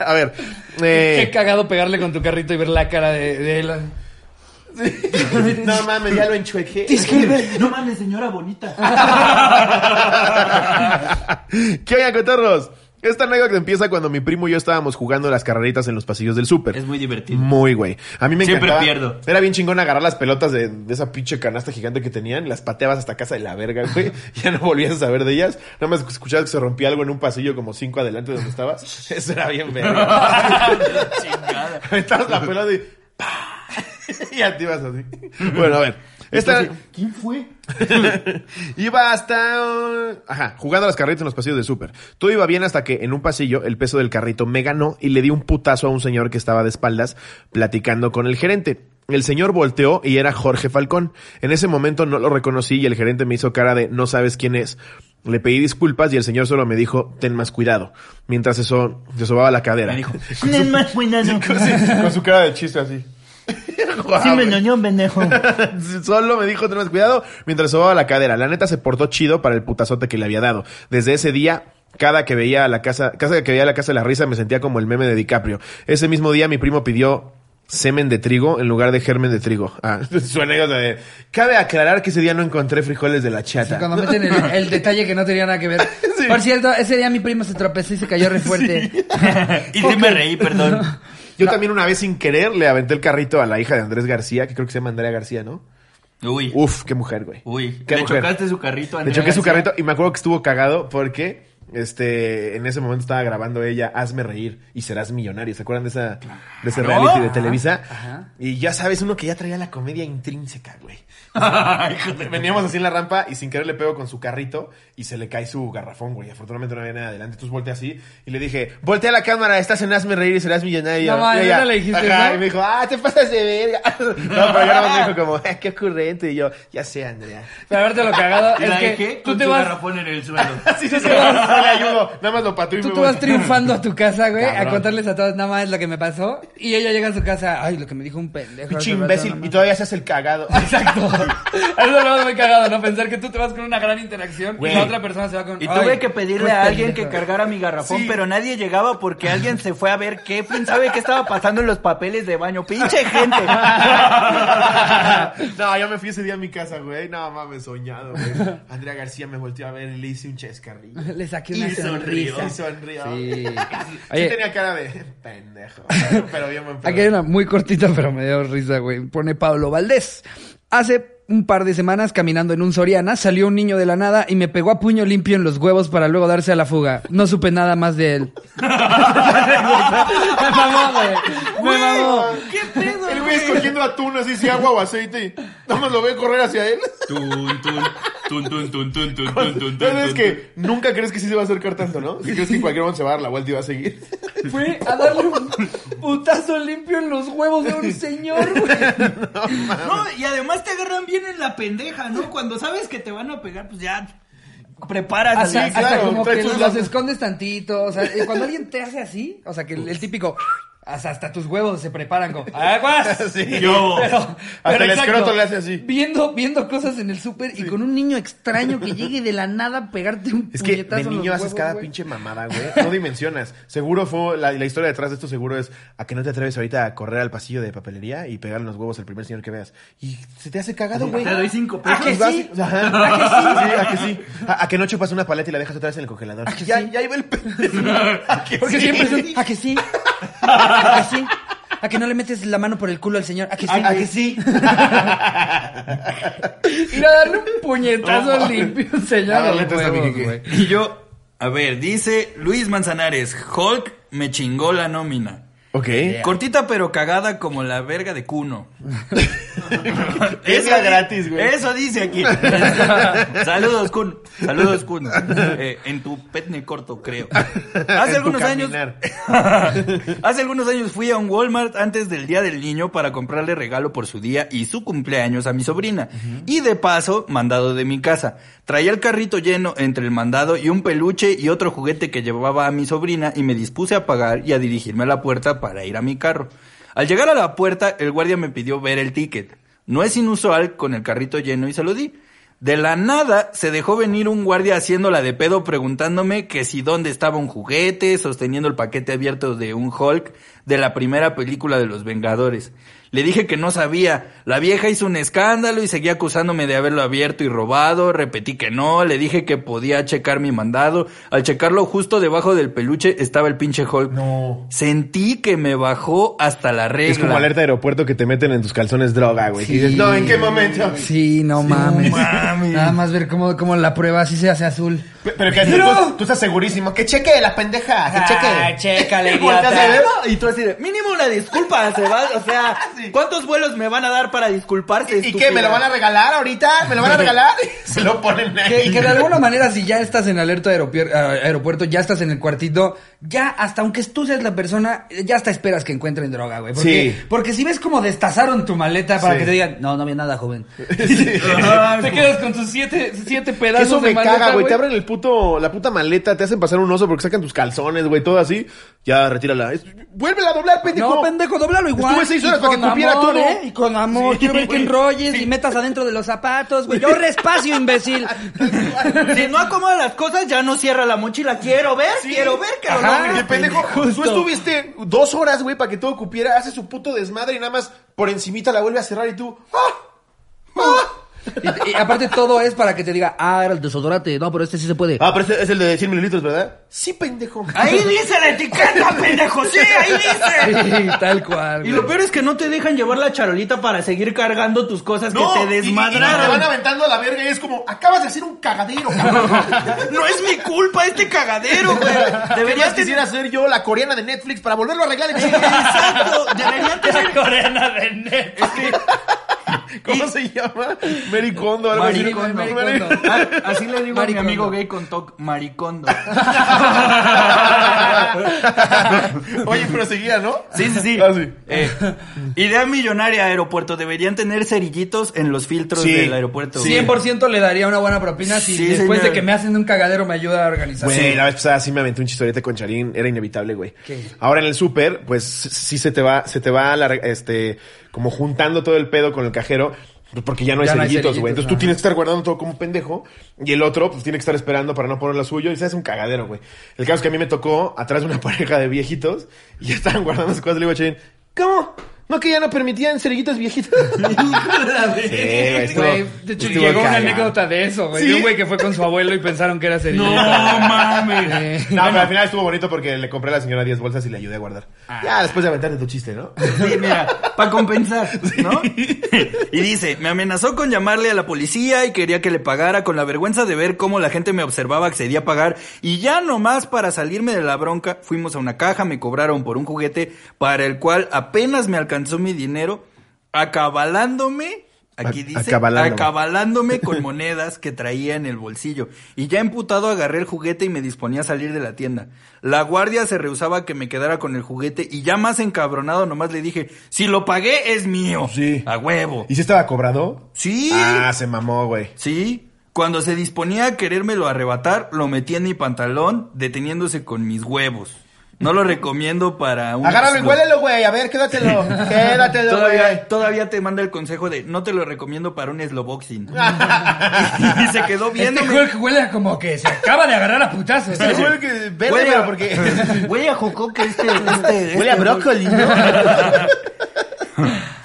a ver.
Qué
Eh,
cagado pegarle con tu carrito y ver la cara de, de él.
no mames, ya lo enchuequé.
No mames, señora bonita.
¿Qué onda, cotorros? Esta anécdota empieza cuando mi primo y yo estábamos jugando las carreritas en los pasillos del súper.
Es muy divertido.
Muy güey. A mí me
Siempre
encantaba.
pierdo.
Era bien chingón agarrar las pelotas de, de esa pinche canasta gigante que tenían, las pateabas hasta casa de la verga, güey. ya no volvías a saber de ellas. Nada más escuchabas que se rompía algo en un pasillo como cinco adelante de donde estabas. Eso era bien verga.
Chingada.
Aventabas la pelota y ¡pah! y ya te ibas así. Bueno, a ver. Esta,
¿Quién fue?
Iba hasta... Ajá, jugando a las carritas en los pasillos de súper. Todo iba bien hasta que en un pasillo el peso del carrito me ganó y le di un putazo a un señor que estaba de espaldas platicando con el gerente. El señor volteó y era Jorge Falcón. En ese momento no lo reconocí y el gerente me hizo cara de no sabes quién es. Le pedí disculpas y el señor solo me dijo ten más cuidado. Mientras eso se sobaba la cadera.
Me dijo,
No es más buena, no.
Con su- con su cara de chiste así. Guau,
Sí
ah,
me
güey.
engañó, pendejo.
Solo me dijo tenés cuidado mientras sobaba la cadera. La neta se portó chido para el putazote que le había dado. Desde ese día, cada que veía la casa, cada que veía la casa de la risa me sentía como el meme de DiCaprio. Ese mismo día mi primo pidió semen de trigo en lugar de germen de trigo. Ah, suena cosa de. Cabe aclarar que ese día no encontré frijoles de la chata.
Cuando meten el, el detalle que no tenía nada que ver.
Sí.
Por cierto, ese día mi primo se tropezó y se cayó re fuerte.
Y sí me reí, perdón.
Yo también una vez sin querer le aventé el carrito a la hija de Andrés García, que creo que se llama Andrea García, ¿no?
Uy.
Uf, qué mujer, güey.
Uy.
Qué
Le
mujer.
chocaste su carrito a
Le
Andrea
choqué su
García.
carrito y me acuerdo que estuvo cagado porque Este, en ese momento estaba grabando ella Hazme reír y serás millonario. ¿Se acuerdan de esa de ese
Claro.
reality de Televisa?
Ajá.
Y ya sabes, uno que ya traía la comedia intrínseca, güey. Veníamos así en la rampa y sin querer le pego con su carrito y se le cae su garrafón, güey. Afortunadamente no había nada adelante. Entonces volteé así y le dije, voltea la cámara, estás en Hazme reír y serás millonario.
No,
Y
mames,
ella,
neta le dijiste,
ajá,
¿no?
Y me dijo, ah, te pasas de verga. No, pero yo me dijo como, "Ah, qué ocurrente. Y yo, ya sé, Andrea.
Pero haberte lo cagado
Y
es
la
que
dejé
tú
con
te
su
vas,
garrafón en el suelo.
Así se le ayudo. Nada más lo pateo y
tú
me
te
voy.
vas triunfando a tu casa, güey, a
Cabrón.
contarles a todos nada más lo que me pasó. Y ella llega a su casa, ay, lo que me dijo un pendejo.
Pinche
hace rato,
imbécil.
no
Y
mames".
todavía se hace el cagado.
Exacto. Eso lo más muy cagado, ¿no? Pensar que tú te vas con una gran interacción
Güey.
y la otra persona se va con.
Y
"Ay,
tuve que pedirle
pues,
a alguien que
pendejo".
cargara mi garrafón, pero nadie llegaba porque alguien se fue a ver qué, quién sabe qué estaba pasando en los papeles de baño. Pinche gente.
no, yo me fui ese día a mi casa, güey. No mames, soñado, güey. Andrea García me volteó a ver y le hice un chascarrillo.
Le saqué una
y sonrió.
sonrisa.
Y sonrió.
Sí.
Sí
Oye.
tenía cara de pendejo. Pero bien buen pedo.
Aquí hay una muy cortita, pero me dio risa, güey. Pone Pablo Valdés. Hace un par de semanas, caminando en un Soriana, salió un niño de la nada y me pegó a puño limpio en los huevos para luego darse a la fuga. No supe nada más de él. me mamó, güey. Me mamó.
¿Qué pedo?
El güey escogiendo atún así, si agua o aceite. Y nada más lo veo correr hacia él.
Tun, tun, tun, tun, tun, tun, tun, tun, tun, tun,
Entonces es
tun.
que nunca crees que sí se va a acercar tanto, ¿no? Que crees que en cualquier momento se va a dar la vuelta y va a seguir.
Fue a darle un putazo limpio en los huevos de un señor, güey.
No, y además te agarran bien en la pendeja, ¿no? Cuando sabes que te van a pegar, pues ya preparas.
Hasta,
al-
sí, claro,
hasta como
trae
que
sus
los
lazos.
escondes tantito. O sea, eh, cuando alguien te hace así, o sea, que el, el típico. Hasta, hasta tus huevos se preparan como. ¡Aguas!
Sí.
Yo.
Pero,
Hasta
pero
el
exacto,
escroto le hace así.
Viendo, viendo cosas en el súper y con un niño extraño que llegue de la nada a pegarte un
Es que
puñetazo
de
en los
niño haces
huevos,
cada
güey.
pinche mamada, güey. No dimensionas. Seguro fue, la, la historia detrás de esto seguro es a que no te atreves ahorita a correr al pasillo de papelería y pegarle los huevos al primer señor que veas. Y se te hace cagado, güey.
Te doy cinco
¿A
pesos.
que sí? Ajá. Sí, ¿A que sí? A, a que no chupas una paleta y la dejas otra vez en el congelador.
que
ya,
sí?
ya iba el pendejo. ¿A que
Porque
sí?
siempre son. ¿A que sí? ¿A que sí? ¿A que no le metes la mano por el culo al señor? ¿A que sí?
¿A que sí?
Ir a darle un puñetazo limpio, al señor. a
Ah,
los
neta, está
huevos,
bien que-
güey.
Y yo, a ver, dice Luis Manzanares, Hulk me chingó la nómina.
Ok.
Cortita pero cagada como la verga de cuno.
Eso gratis, güey.
Eso dice aquí. Saludos, Kun. Saludos, Kun. Eh, en tu petne corto, creo.
En
Hace
tu
algunos años.
caminar.
Hace algunos años fui a un Walmart antes del Día del Niño para comprarle regalo por su día y su cumpleaños a mi sobrina. Y de paso, mandado de mi casa. Traía el carrito lleno entre el mandado y un peluche y otro juguete que llevaba a mi sobrina y me dispuse a pagar y a dirigirme a la puerta para ir a mi carro. Al llegar a la puerta, el guardia me pidió ver el ticket. No es inusual con el carrito lleno y se lo di. De la nada se dejó venir un guardia haciéndola de pedo preguntándome que si dónde estaba un juguete, sosteniendo el paquete abierto de un Hulk de la primera película de Los Vengadores. Le dije que no sabía. La vieja hizo un escándalo y seguía acusándome de haberlo abierto y robado. Repetí que no, le dije que podía checar mi mandado. Al checarlo justo debajo del peluche estaba el pinche Hulk.
No.
Sentí que me bajó hasta la regla.
Es como alerta de aeropuerto que te meten en tus calzones droga, güey.
Sí.
Y dices, no, ¿en qué momento?
Sí, no mames. Nada más ver cómo, cómo la prueba así se hace azul.
Pe- Pero que tú, tú estás segurísimo. Que cheque la pendeja. Que cheque.
Ah, chécale,
Y volteas
idiota.
a ver,
Y tú así de, mínimo una disculpa, se va, o sea, ¿cuántos vuelos me van a dar para disculparse?
¿Y qué? ¿Me lo van a regalar ahorita? ¿Me lo van a regalar? Se lo ponen ahí.
Que, que de alguna manera, si ya estás en alerta de aeropier- a- aeropuerto, ya estás en el cuartito, ya hasta aunque tú seas la persona, ya hasta esperas que encuentren droga, güey. Porque,
Sí.
porque si ves cómo destazaron tu maleta para
Sí.
que te digan, no, no había nada, joven.
Te quedas con tus siete, siete
Que
pedazos
Eso
de
me
maleta,
caga, güey. Te abren el puto, la puta maleta, te hacen pasar un oso porque sacan tus calzones, güey, todo así. Ya, retírala. Es- Vuélvela a doblar, pendejo.
No, pendejo, doblalo igual.
Estuve seis
Y
horas para que
con
cupiera
amor,
todo.
¿eh? Y con amor,
Sí,
quiero ver que
güey.
enrolles y metas adentro de los zapatos, güey. Yo espacio, imbécil.
Si no acomoda las cosas, ya no cierra la mochila. Quiero ver, quiero ver que lo
Ajá,
logre.
oye, pendejo,
justo.
tú estuviste dos horas, güey, para que todo cupiera, hace su puto desmadre y nada más por encimita la vuelve a cerrar y tú. ¡Ah! ¡Ah!
Y, y aparte todo es para que te diga, ah, era el desodorante. No, pero este sí se puede.
Ah, pero este es el de 100 mililitros, ¿verdad? Ah, Sí, pendejo.
Ahí dice la etiqueta, pendejo. Sí, ahí
Sí,
dice.
tal cual.
Y
güey.
lo peor es que no te dejan llevar la charolita para seguir cargando tus cosas que te
y- y-
Ah,
Y, te van
desmadraron.
aventando a la verga y es como, acabas de hacer un cagadero, cabrón.
No es mi culpa este cagadero, güey.
¿Qué más
Deberías tener...
quisiera hacer yo la coreana de Netflix para volverlo a arreglar en chinga?
Exacto. Deberían tener...
La coreana de net.
¿Cómo se llama? Mary Kondo, algo así.
Maricondo, maricondo.
Ah, Así le digo a
Maricondo.
mi amigo gay con toc, maricondo.
Oye, pero seguía, ¿no?
Sí, sí, sí.
Ah, sí.
Eh, idea millonaria, aeropuerto. Deberían tener cerillitos en los filtros
Sí.
del aeropuerto.
100% le daría una buena propina si
Sí,
después
señor.
de que me hacen un cagadero me ayuda a organizar.
Güey, la vez pasada sí me aventé un chistorete con Charín, era inevitable, güey.
¿Qué?
Ahora en el súper, pues sí se te va, se te va la- este, como juntando todo el pedo con el cajero. pues, Porque ya no hay
Ya no hay
cerillitos, güey.
cerillitos,
Entonces tú
ajá.
tienes que estar guardando todo como pendejo. Y el otro, pues tiene que estar esperando para no poner lo suyo. Y se hace un cagadero, güey. El caso es que a mí me tocó atrás de una pareja de viejitos. Y ya estaban guardando sus cosas. Le digo a Charín, ¿cómo? ¿No que ya no permitían cerillitos viejitos? Sí, güey, estuvo-
Güey, de hecho,
estuvo
llegó una
cagado.
anécdota de eso, güey. De
¿Sí?
un güey que fue con su abuelo y pensaron que era cerillito.
mames.
Eh,
No, pero al final estuvo bonito porque le compré a la señora 10 bolsas y le ayudé a guardar.
Ah.
Ya, después de aventarte tu chiste, ¿no?
Sí, mira, para compensar, ¿no? Y dice, me amenazó con llamarle a la policía y quería que le pagara con la vergüenza de ver cómo la gente me observaba, accedí a pagar y ya nomás para salirme de la bronca fuimos a una caja, me cobraron por un juguete para el cual apenas me alcanzó mi dinero, acabalándome, aquí
A-
dice,
acabalándome.
acabalándome con monedas que traía en el bolsillo. Y ya emputado agarré el juguete y me disponía a salir de la tienda. La guardia se rehusaba a que me quedara con el juguete y ya más encabronado nomás le dije, si lo pagué es mío.
Sí.
A huevo.
¿Y si estaba cobrado?
Sí.
Ah, se mamó, güey.
Sí. Cuando se disponía a querérmelo arrebatar, lo metí en mi pantalón, deteniéndose con mis huevos. No lo recomiendo para un...
Agárralo y huélelo, güey. A ver, quédatelo. Quédatelo, güey.
Todavía, todavía te manda el consejo de no te lo recomiendo para un slowboxing. y se quedó
este
viéndome.
güey que huele como que se acaba de agarrar a putazos. ¿eh?
Pero güey, que verde, pero porque...
huele a jocoque este, este-
Huele a
este-
brócoli, ¿no?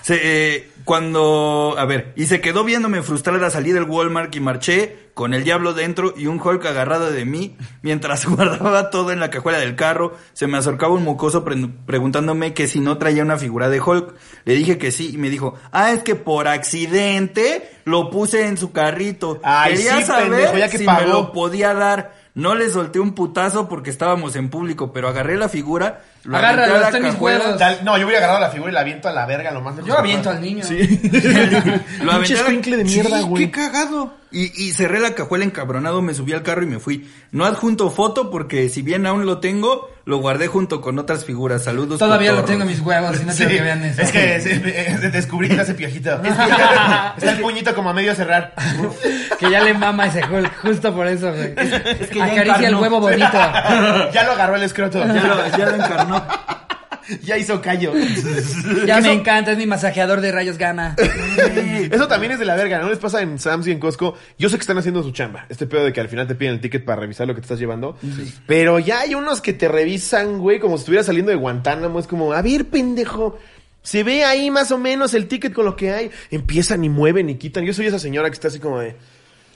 Se, eh, cuando, a ver, y se quedó viéndome frustrada, salí del Walmart y marché con el diablo dentro y un Hulk agarrado de mí mientras guardaba todo en la cajuela del carro. Se me acercaba un mocoso pre- preguntándome que si no traía una figura de Hulk. Le dije que sí y me dijo, ah, es que por accidente lo puse en su carrito.
Ay,
Quería
sí,
saber
pendejo, ya que
si
pagó.
me lo podía dar. No le solté un putazo porque estábamos en público, pero agarré la figura, lo
Agárralo,
aventé a la
está en mis
cajuela.
huevos.
Tal- No, yo hubiera agarrado la figura y la aviento a la verga lo más lejos.
Yo aviento al niño.
Lo aventé a la-
escuincle de mierda,
Sí,
güey.
qué cagado. Y, y cerré la cajuela encabronado, me subí al carro y me fui. No adjunto foto porque si bien aún lo tengo, lo guardé junto con otras figuras. Saludos.
Todavía lo
cotorros.
tengo en mis huevos y no
Sí,
quiero que vean eso.
es que se, eh, descubrí que hace piojito. Está el puñito como a medio cerrar.
Que ya le mama ese Hulk, justo por eso, güey.
es que ya
Acaricia el
encarnó.
huevo bonito.
Ya lo agarró el escroto.
Ya lo, ya lo encarnó.
ya hizo callo.
Ya me encanta, es mi masajeador de rayos gamma.
Eso también es de la verga, ¿no les pasa en Sam's y en Costco? Yo sé que están haciendo su chamba. Este pedo de que al final te piden el ticket para revisar lo que te estás llevando. Pero ya hay unos que te revisan, güey, como si estuviera saliendo de Guantánamo. Es como, a ver, pendejo. Se ve ahí más o menos el ticket con lo que hay. Empiezan y mueven y quitan. Yo soy esa señora que está así como de...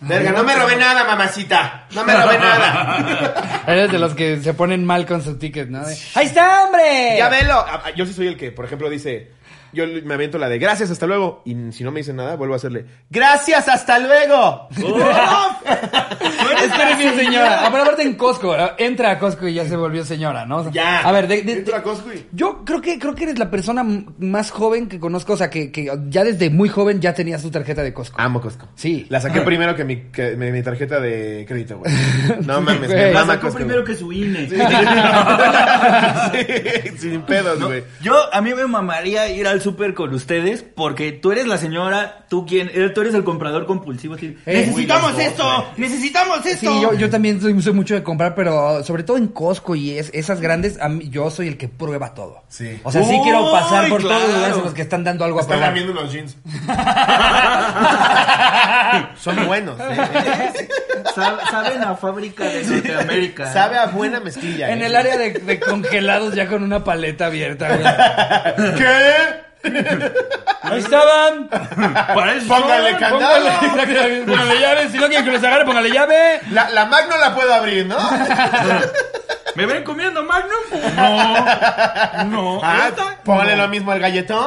Verga, no me robé nada, mamacita. No me robé nada.
Eres de los que se ponen mal con su ticket, ¿no? De, ¡Ahí está, hombre!
ya velo. Ah, ah, Yo sí soy el que, por ejemplo, dice... Yo me avento la de gracias, hasta luego. Y si no me dicen nada, vuelvo a hacerle gracias, hasta luego.
Espere, mi señora. Ah, Pero aparte en Costco, ¿no? entra a Costco y ya se volvió señora, ¿no? O sea,
Ya.
A ver, de- de-
Entro
de-
a Costco y-
yo creo que creo que eres la persona m- más joven que conozco, o sea, que, que ya desde muy joven ya tenías tu tarjeta de Costco.
Amo Costco.
Sí.
La saqué primero que mi, que mi- mi tarjeta de crédito, güey. No mames,
Güey.
me
La
mama Costco.
primero que su E. INE.
Sí, sin pedos, güey.
Yo, a mí me mamaría ir al súper con ustedes porque tú eres la señora, tú quien, eh, tú eres el comprador compulsivo. así,
Eh,
necesitamos
güey, los
esto, necesitamos
Sí,
esto.
yo, yo también soy, soy mucho de comprar, pero sobre todo en Costco y es- esas grandes, a mí- yo soy el que prueba todo.
Sí.
O sea, sí
Uy,
quiero pasar por todos los
claro.
lugares en los que están dando algo a
Están
probar.
lamiendo unos jeans. Son buenos. eh.
Sab- Saben a fábrica de Norteamérica.
Sabe a buena mezquilla.
En
eh.
el área de, de congelados ya con una paleta abierta, güey.
¿Qué?
Ahí estaban.
Para eso.
Póngale
Póngale,
candado.
exacto, póngale llave. Si no quieren que los agarre, póngale llave.
La, la Mac no la puedo abrir, ¿no?
¿Me ven comiendo Magnum? No. No.
Ah,
¿Esta?
póngale lo mismo al galletón.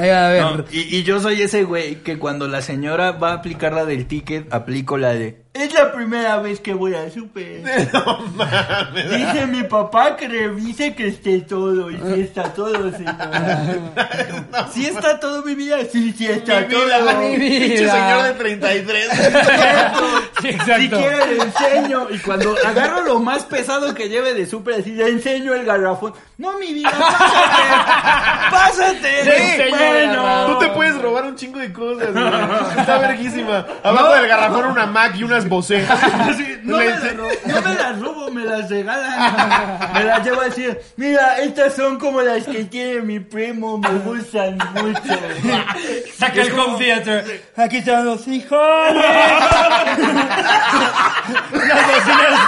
Eh, a ver.
No, Y, y yo soy ese güey que cuando la señora va a aplicar la del ticket, aplico la de. Es la primera vez que voy al súper.
No mames.
Dice mi papá que revise que esté todo. Y si está todo, señora. Si está todo mi vida. Sí, sí está
Mi
todo.
vida,
Mi
Pinche
vida.
señor de 33.
Sí,
Si
exacto.
quiere le enseño. Y cuando agarro lo más pesado que lleve de súper, así le enseño el garrafón. No, mi vida, pásate. Pásate.
Sí,
bueno.
señora.
Tú te puedes robar un chingo de cosas, güey. Está verguísima. Abajo del garrafón una Mac y unas Bose.
No me,
Le
las,
ense-
ro- no me las robo, me las regalan. Me las llevo a decir, mira, estas son como las que tiene mi primo, me gustan mucho.
Saca el home theater.
Aquí están los hijos.
Las bocinas.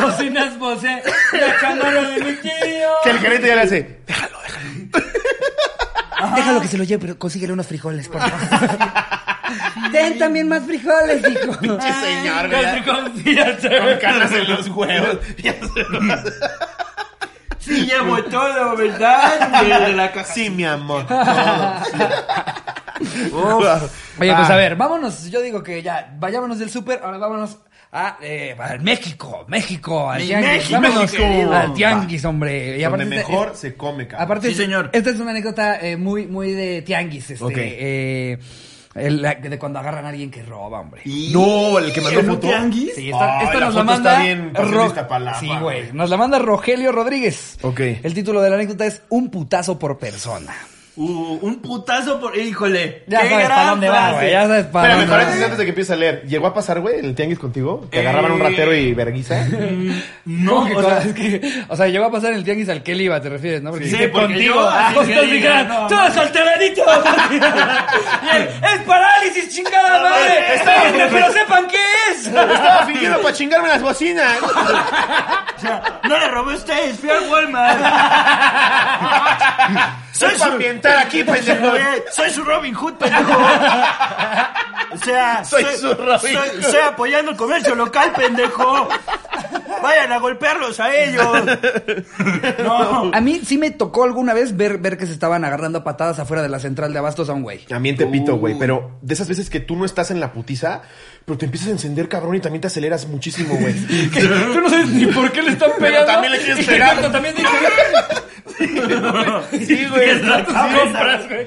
Bocinas, Bose. La cámara de mi tío.
Que el gerente ya le hace.
Déjalo que se lo lleve, pero consíguele unos frijoles, por favor. Ten también más frijoles, hijo.
Pinche señor,
El
güey.
home theater.
Con canas en los huevos. Ya se lo hace.
Sí, llevo todo, ¿verdad? De la casa.
Sí, mi amor.
Oye, pues
Ah.
a ver, vámonos. Yo digo que ya, vayámonos del súper, ahora vámonos a eh, para México, México, al
Mi
tianguis.
México,
vámonos
querido.
al tianguis, hombre. Y
Donde
aparte este-
mejor se come, cabrón.
Aparte,
Sí, señor.
esta es una anécdota eh, muy, muy de tianguis, este,
Ok.
eh, el- la- de cuando agarran a alguien que roba, hombre.
No, el que mandó
¿En un
foto.
tianguis?
Sí, esta,
Ay,
esta
la
nos la
foto
manda.
está bien, pues, en
Ro-
Iztapalapa,
sí,
güey.
güey. Nos la manda Rogelio Rodríguez.
Ok.
El título de la anécdota es Un putazo por persona.
Uh, un putazo por. Híjole.
Ya
qué
sabes
gran
para dónde va,
frase.
güey. Ya sabes para
Espérame,
dónde va.
paréntesis antes de que empieces a leer. ¿Llegó a pasar, güey, en el tianguis contigo? ¿Te
Eh.
agarraban un ratero y verguiza?
¿Cómo
No,
que
o
cosas?
sea,
Es que, o sea, llegó a pasar en el tianguis al que él iba, te refieres, ¿no? Porque
Sí,
dijiste,
porque
contigo.
yo,
Ah,
así que
justo
diga,
dijeron,
no,
todos alteraditos. Y él, es parálisis, chingada madre.
Estaba-
Espérenme, pero sepan qué es.
Estaba fingiendo para chingarme las bocinas.
no le robé a ustedes, fui al Walmart.
Soy para ambientar aquí, pendejo.
Eh, soy su Robin Hood, pendejo. O sea,
Soy su Robin
soy-
Hood.
estoy apoyando el comercio local, pendejo. Vayan a golpearlos a ellos. No.
A mí sí me tocó alguna vez ver, ver que se estaban agarrando a patadas afuera de la central de abastos a un güey.
También te pito, güey, pero de esas veces que tú no estás en la putiza, pero te empiezas a encender, cabrón, y también te aceleras muchísimo, güey.
Que Tú no sabes ni por qué le están pegando.
también le quieres
Y
pegar.
exacto, también dice,
Sí, güey.
compras, güey.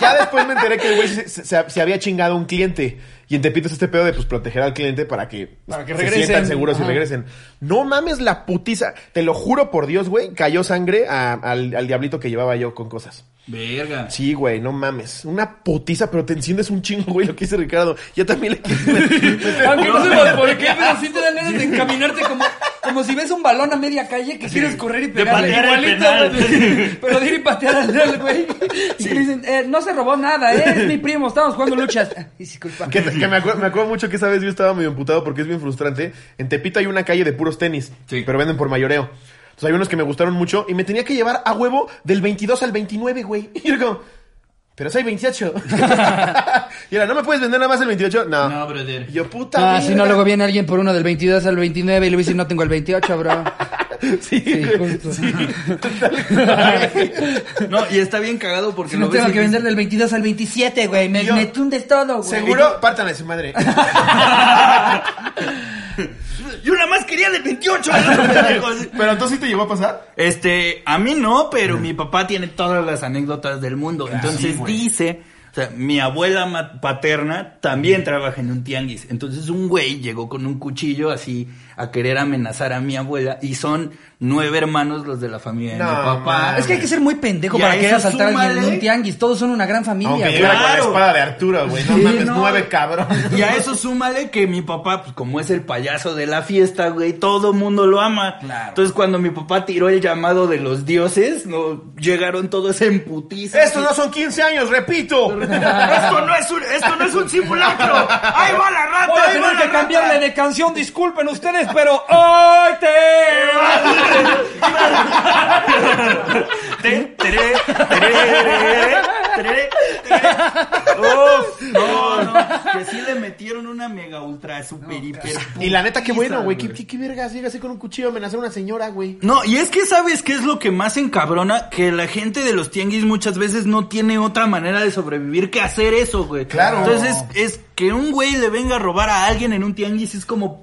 Ya después me enteré que el güey se, se- se había chingado a un cliente. Y en Tepito es este pedo de pues proteger al cliente para que, pues,
Para que
se
regresen.
sientan seguros y
Ajá.
regresen. No mames la putiza. Te lo juro por Dios, güey. Cayó sangre a- al, al diablito que llevaba yo con cosas.
Verga.
Sí, güey, no mames. Una putiza, pero te enciendes un chingo, güey, lo que dice Ricardo. Ya también le quise.
Aunque no sepas por qué, pero sí te dan ganas de encaminarte como, como si ves un balón a media calle que quieres correr y pegarle
patear el
igualito.
penal.
Pero de ir y patear al dedo, güey. Y le dicen, eh, no se robó nada, eh, es mi primo, estamos jugando luchas. Ah, Disculpa.
Que, que me, acuerdo, me acuerdo mucho que esa vez yo estaba medio emputado porque es bien frustrante. En Tepito hay una calle de puros tenis,
Sí.
pero venden por mayoreo. Entonces hay unos que me gustaron mucho y me tenía que llevar a huevo del 22 al 29, güey. Y yo como, pero soy 28. y era, ¿no me puedes vender nada más el 28? No.
No, brother.
Y yo, puta.
Ah,
verga.
si no, luego viene alguien por uno del 22 al 29 y le dice, no tengo el 28, bro.
Sí,
Sí,
güey,
justo.
sí. Tal cual.
No, y está bien cagado porque
Si no
lo ves
tengo
y
que
dices-
vender del 22 al 27, güey. Me,
Yo-
me tundes todo, güey.
Seguro, pártanle a su madre.
Yo nada más quería de 28. pendejos.
pero entonces sí te llegó a pasar.
Este, a mí no, pero mi papá tiene todas las anécdotas del mundo. Entonces dice, o sea, mi abuela ma- paterna también trabaja en un tianguis. Entonces un güey llegó con un cuchillo así a querer amenazar a mi abuela y son nueve hermanos los de la familia de
No,
mi papá.
mames.
Es que hay que ser muy pendejo
Y a
para querer
eso
asaltar a alguien en
súmale-
un tianguis. Todos son una gran familia,
Aunque
güey.
yo era con la
claro.
espada de Arturo, güey. No
Sí,
mames,
no.
nueve cabrón.
Y a eso súmale que mi papá, pues como es el payaso de la fiesta, güey, todo mundo lo ama.
Claro.
Entonces cuando mi papá tiró el llamado de los dioses, no llegaron todos en putiza.
Estos no son 15 años, repito.
esto no es un, esto no es un simulacro. Ahí va la rata,
Voy a
ahí
tener
va la
que
rata.
cambiarle de canción, disculpen ustedes, pero hoy te vas.
Te-
Tereré, tereré, tereré, tereré. Uf, no, no, que sí le metieron una mega ultra super hiper.
Y la neta, qué bueno, güey. ¿Qué, qué,
putiza,
qué vergas? Llegas ahí con un cuchillo a amenazar a una señora, güey.
No, y es que sabes qué es lo que más encabrona, que la gente de los tianguis muchas veces no tiene otra manera de sobrevivir que hacer eso, güey.
Claro.
Entonces es, es que un güey le venga a robar a alguien en un tianguis es como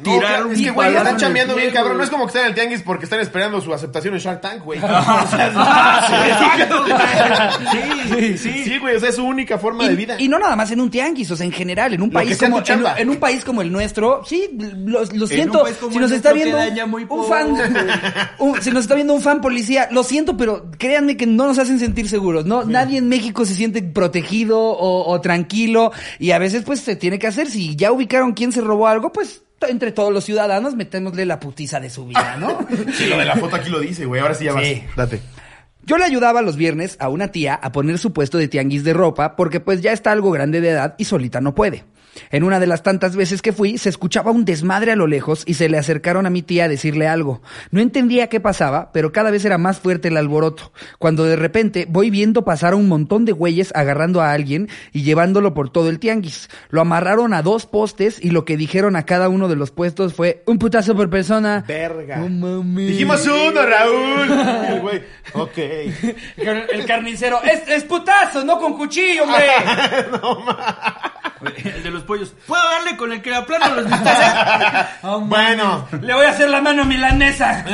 tirar
No,
un
es que, güey,
palazo
están
en el
chambeando
pie,
bien, cabrón. No
güey.
es como que están en el tianguis porque están esperando su aceptación en Shark Tank, güey.
Exacto, güey. Sí, sí.
Sí, güey, o sea, es su única forma de vida.
Y, y no nada más en un tianguis, o sea, en general, en un
Lo que
país
sea
como
tu chamba.
en, en un país como el nuestro, sí, lo, lo siento.
país como
Si
el
nos está
nuestro
viendo
queda ya muy
un fan, un- si nos está viendo un fan policía, lo siento, pero créanme que no nos hacen sentir seguros. No, nadie en México se siente protegido o, o tranquilo y a veces pues se tiene que hacer. Si ya ubicaron quién se robó algo, pues t- entre todos los ciudadanos metémosle la putiza de su vida, ¿no?
Sí, lo de la foto aquí lo dice, güey. Ahora sí ya vas.
Date.
Yo le ayudaba los viernes a una tía a poner su puesto de tianguis de ropa porque pues ya está algo grande de edad y solita no puede. En una de las tantas veces que fui, se escuchaba un desmadre a lo lejos y se le acercaron a mi tía a decirle algo. No entendía qué pasaba, pero cada vez era más fuerte el alboroto. Cuando de repente voy viendo pasar a un montón de güeyes agarrando a alguien y llevándolo por todo el tianguis. Lo amarraron a dos postes y lo que dijeron a cada uno de los puestos fue un putazo por persona.
Verga.
No mames.
Dijimos uno, Raúl. El güey, ok.
El carnicero. Es, es putazo, no con cuchillo, hombre.
El de los pollos. ¿Puedo darle con el que aplano los ¿eh? bisteces?
Bueno.
Le voy a hacer la mano milanesa.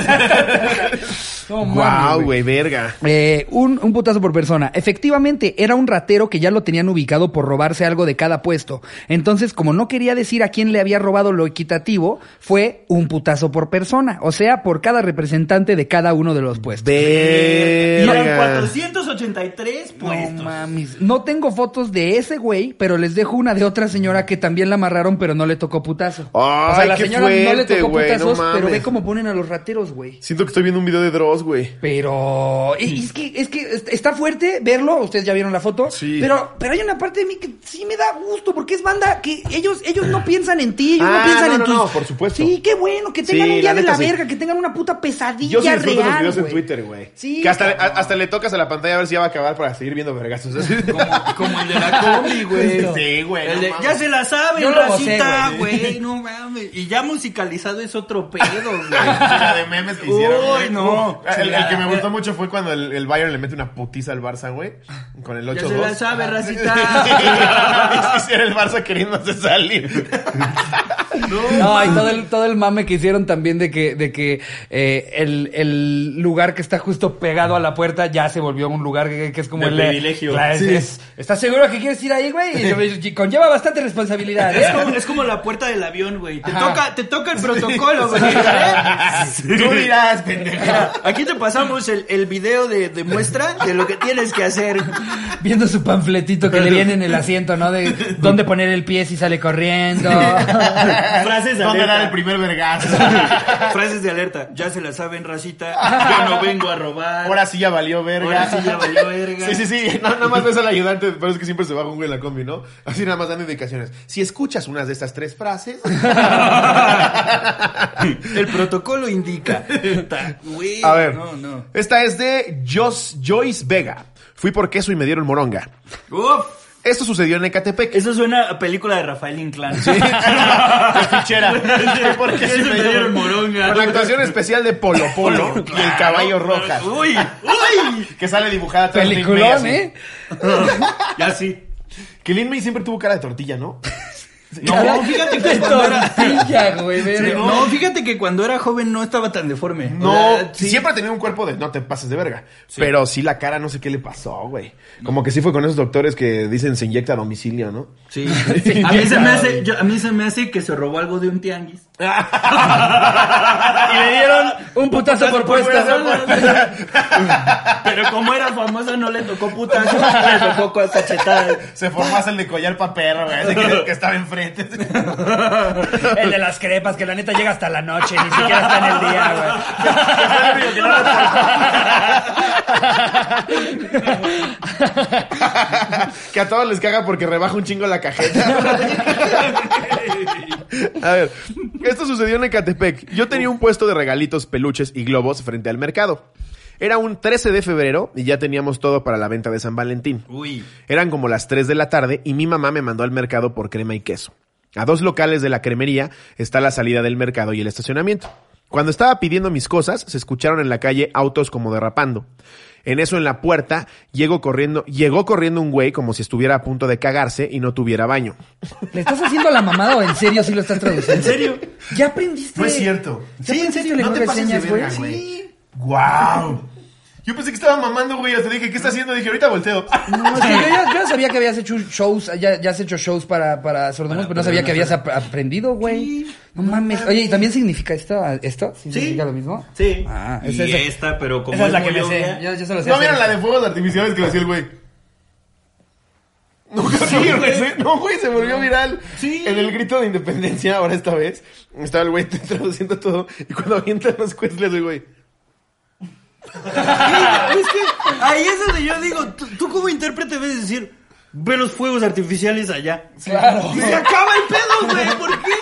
No mames,
Wow, güey, verga.
Eh, un, un putazo por persona. Efectivamente, era un ratero que ya lo tenían ubicado por robarse algo de cada puesto. Entonces, como no quería decir a quién le había robado lo equitativo, fue un putazo por persona. O sea, por cada representante de cada uno de los puestos.
Eh,
Y eran
Verga.
483
No
puestos.
mames. No tengo fotos de ese güey, pero les dejo una de otra señora que también la amarraron, pero no le tocó putazo. o sea,
Ay,
la
qué
señora no le
fuerte,
tocó
güey, no
putazos, pero
mames.
ve cómo ponen a los rateros, güey.
Siento que estoy viendo un video de Dross, güey.
Pero y- y es que es que est- está fuerte verlo, ustedes ya vieron la foto,
Sí.
pero pero hay una parte de mí que sí me da gusto porque es banda que ellos ellos no piensan en ti, ellos
Ah,
no piensan
no,
en
no,
tus
no, por supuesto.
Sí, qué bueno que tengan
Sí,
un día
la
de
neta,
la
sí.
verga, que tengan una puta pesadilla
Yo sí disfruto
real.
los videos en
güey.
Twitter, güey.
Sí.
Que hasta, le, a- hasta le tocas a la pantalla a ver si ya va a acabar para seguir viendo vergazos. Así.
Como el de la combi, güey.
Sí, güey,
El
no
de,
mames.
ya se la saben,
Yo lo
racita,
gocé, güey.
güey. No mames. Y ya musicalizado es otro pedo, güey.
La de memes que hicieron.
Uy,
güey.
no. Ah,
Uf, El, el que me gustó.
gustó mucho fue cuando el, el Bayern le mete una putiza al Barça, güey. Con el 8-2.
Ya se la sabe, racita.
Racita. Hiciera el Barça queriéndose salir.
No, y todo el, todo el mame que hicieron también de que, de que eh, el, el lugar que está justo pegado a la puerta ya se volvió un lugar que, que es como
De
el
privilegio.
la- es-
Sí.
es- ¿Estás seguro que quieres ir ahí, güey? Y yo- y Conlleva bastante responsabilidad. ¿eh?
Es como, es como la puerta del avión, güey. Te
Ajá.
toca, te toca el protocolo, güey. ¿eh?
Tú dirás, pendejo.
Mira, Aquí te pasamos el, el video de, de muestra de lo que tienes que hacer.
Viendo su panfletito que le viene en el asiento, ¿no? De dónde poner el pie si sale corriendo.
Frases de
¿Dónde dar el
alerta.
primer vergazo?
Frases de alerta. Ya se la saben, racita. Yo no vengo a robar.
Ahora sí ya valió verga.
Ahora sí ya valió verga.
Sí, sí, sí. No, nada más ves al ayudante, pero es que siempre se baja un güey en la combi, ¿no? Así nada más dan indicaciones. Si escuchas unas de estas tres frases.
El protocolo indica. Ta- Güey,
A ver.
No, no.
Esta es de Jos- Joyce Vega. Fui por queso y me dieron moronga.
Uf.
Esto sucedió en Ecatepec.
Eso suena a película de Rafael Inclán.
fichera. ¿Por qué
Eso
sí me dieron
moronga.
Con la actuación especial de Polo Polo y el caballo rojas.
Uy, uy.
Que sale dibujada atrás de Lin May,
Peliculón,
así.
¿eh?
Ya sí.
Que Lin May siempre tuvo cara de tortilla, ¿no?
No, fíjate que cuando era...
Tortilla, güey, verga.
Sí, no, fíjate que cuando era joven no estaba tan deforme.
No,
O sea, sí.
siempre ha tenido un cuerpo de no te pases de verga. Pero sí la cara, no sé qué le pasó, güey. Como que sí fue con esos doctores que dicen se inyecta a domicilio, ¿no?
Sí. A mí se me hace, yo- a mí se me hace que se robó algo de un tianguis.
Y le dieron un putazo por puesta.
Pero como era famosa no le tocó putazo, le tocó con cachetadas.
Se formas el de collar pa' perro, güey. Ese que, que estaba enfrente.
El de las crepas, que la neta llega hasta la noche, ni siquiera está en el día,
que a todos les caga porque rebaja un chingo la cajeta. A ver, esto sucedió en Ecatepec. Yo tenía un puesto de regalitos, peluches y globos frente al mercado. Era un 13 de febrero y ya teníamos todo para la venta de San Valentín.
Uy.
Eran como las 3 de la tarde y mi mamá me mandó al mercado por crema y queso. A dos locales de la cremería está la salida del mercado y el estacionamiento. Cuando estaba pidiendo mis cosas, se escucharon en la calle autos como derrapando. En eso en la puerta llegó corriendo, llegó corriendo un güey como si estuviera a punto de cagarse y no tuviera baño.
¿Le estás haciendo la mamada o en serio sí lo estás traduciendo? ¿En serio? ¿Ya aprendiste?
No es cierto.
¿Ya sí, en serio. ¿No te
pases de
señas, güey?
verga, güey.
Sí.
¡Wow! Yo pensé que estaba mamando, güey. Hasta dije, ¿qué está haciendo? Dije, ahorita volteo.
No, es que yo, ya, yo ya sabía que habías hecho shows, ya, ya has hecho shows para, para sordomudos, pero no sabía que habías ap- aprendido, güey. No mames. Oye, ¿y también significa esto? ¿Esto? ¿Significa lo mismo?
Sí.
Ah,
y
esa- esa-
esta, pero como
Esa es la que
muy
me sé.
obvia-
Yo, yo se lo sé.
¿No
hacer.
vieron la de fuegos artificiales que lo hacía el güey? Nunca sí, güey.
Sí, No, güey, se volvió viral.
Sí.
En el grito de independencia, ahora esta vez, estaba el güey traduciendo todo y cuando avientan los cuesles, el güey.
Sí, es que ahí es donde yo digo, tú, tú como intérprete ves decir, ve los fuegos artificiales allá.
Claro.
Y se acaba el pedo, güey, ¿por qué?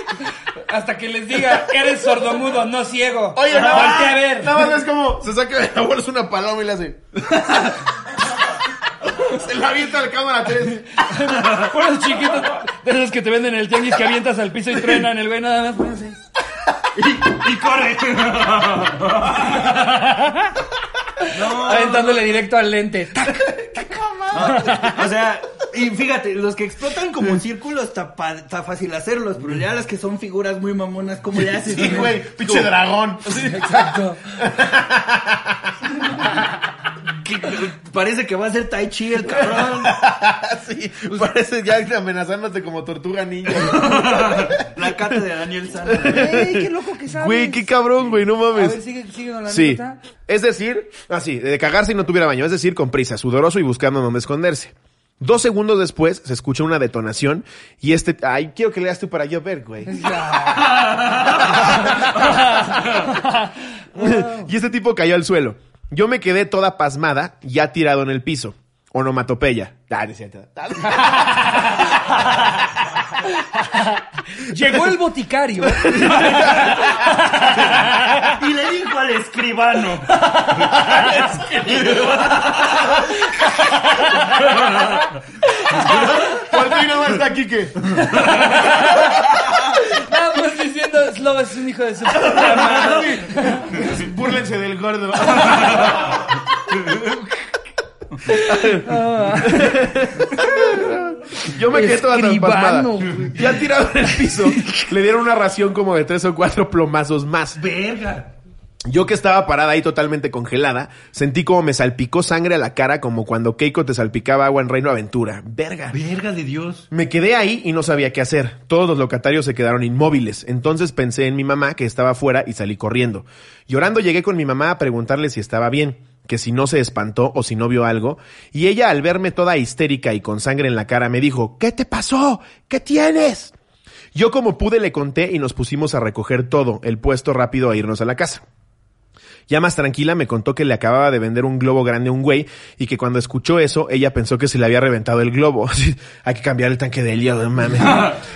Hasta que les diga, eres sordomudo, no ciego.
Oye, no,
Voltea a ver.
Nada más es como se saca de la bolsa una paloma y la hace. se la avienta a la cámara 3.
Fueron chiquitos de esos que te venden en el tianguis que avientas al piso y truenan. El güey nada más. pues, así.
Y corre.
Ah, Aventándole directo al lente.
O sea, y fíjate, los que explotan como en círculos está, pa- está fácil hacerlos, pero ya las que son figuras muy mamonas, ¿cómo le haces? Pues,
Sí, güey. Pinche dragón.
Exacto.
Que- Parece que va a ser Tai Chi el cabrón.
Ah, sí, parece ya amenazándote como tortuga ninja.
La cata de Daniel Sanders.
Ey, qué loco que sabes.
Güey, qué cabrón, güey, no
A ver,
mames.
sigue, sigue con la
Sí.
anécdota.
Es decir, así, de cagarse y no tuviera baño. Es decir, con prisa, sudoroso y buscando dónde esconderse. Dos segundos después se escucha una detonación y este. Ay, quiero que leas tú para yo ver, güey. y este tipo cayó al suelo. Yo me quedé toda pasmada, ya tirado en el piso. Onomatopeya. Ah, no es cierto.
Llegó el boticario.
Y le dijo al escribano.
Por ti nada más está aquí que.
Nada más diciendo, Slobo es un hijo de su...
Búrlense del gordo.
Yo me quedé toda tan
Escribano,
pasmada.
güey.
Ya tirado en el piso, le dieron una ración como de tres o cuatro plomazos más.
Verga.
Yo que estaba parada ahí totalmente congelada, sentí como me salpicó sangre a la cara como cuando Keiko te salpicaba agua en Reino Aventura. Verga.
Verga de Dios.
Me quedé ahí y no sabía qué hacer. Todos los locatarios se quedaron inmóviles. Entonces pensé en mi mamá que estaba afuera y salí corriendo. Llorando llegué con mi mamá a preguntarle si estaba bien, que si no se espantó o si no vio algo, y ella al verme toda histérica y con sangre en la cara me dijo, ¿qué te pasó? ¿Qué tienes? Yo como pude le conté y nos pusimos a recoger todo, el puesto rápido a irnos a la casa. Ya más tranquila me contó que le acababa de vender un globo grande a un güey y que cuando escuchó eso ella pensó que se le había reventado el globo. Así, Hay que cambiar el tanque de helio, no mames.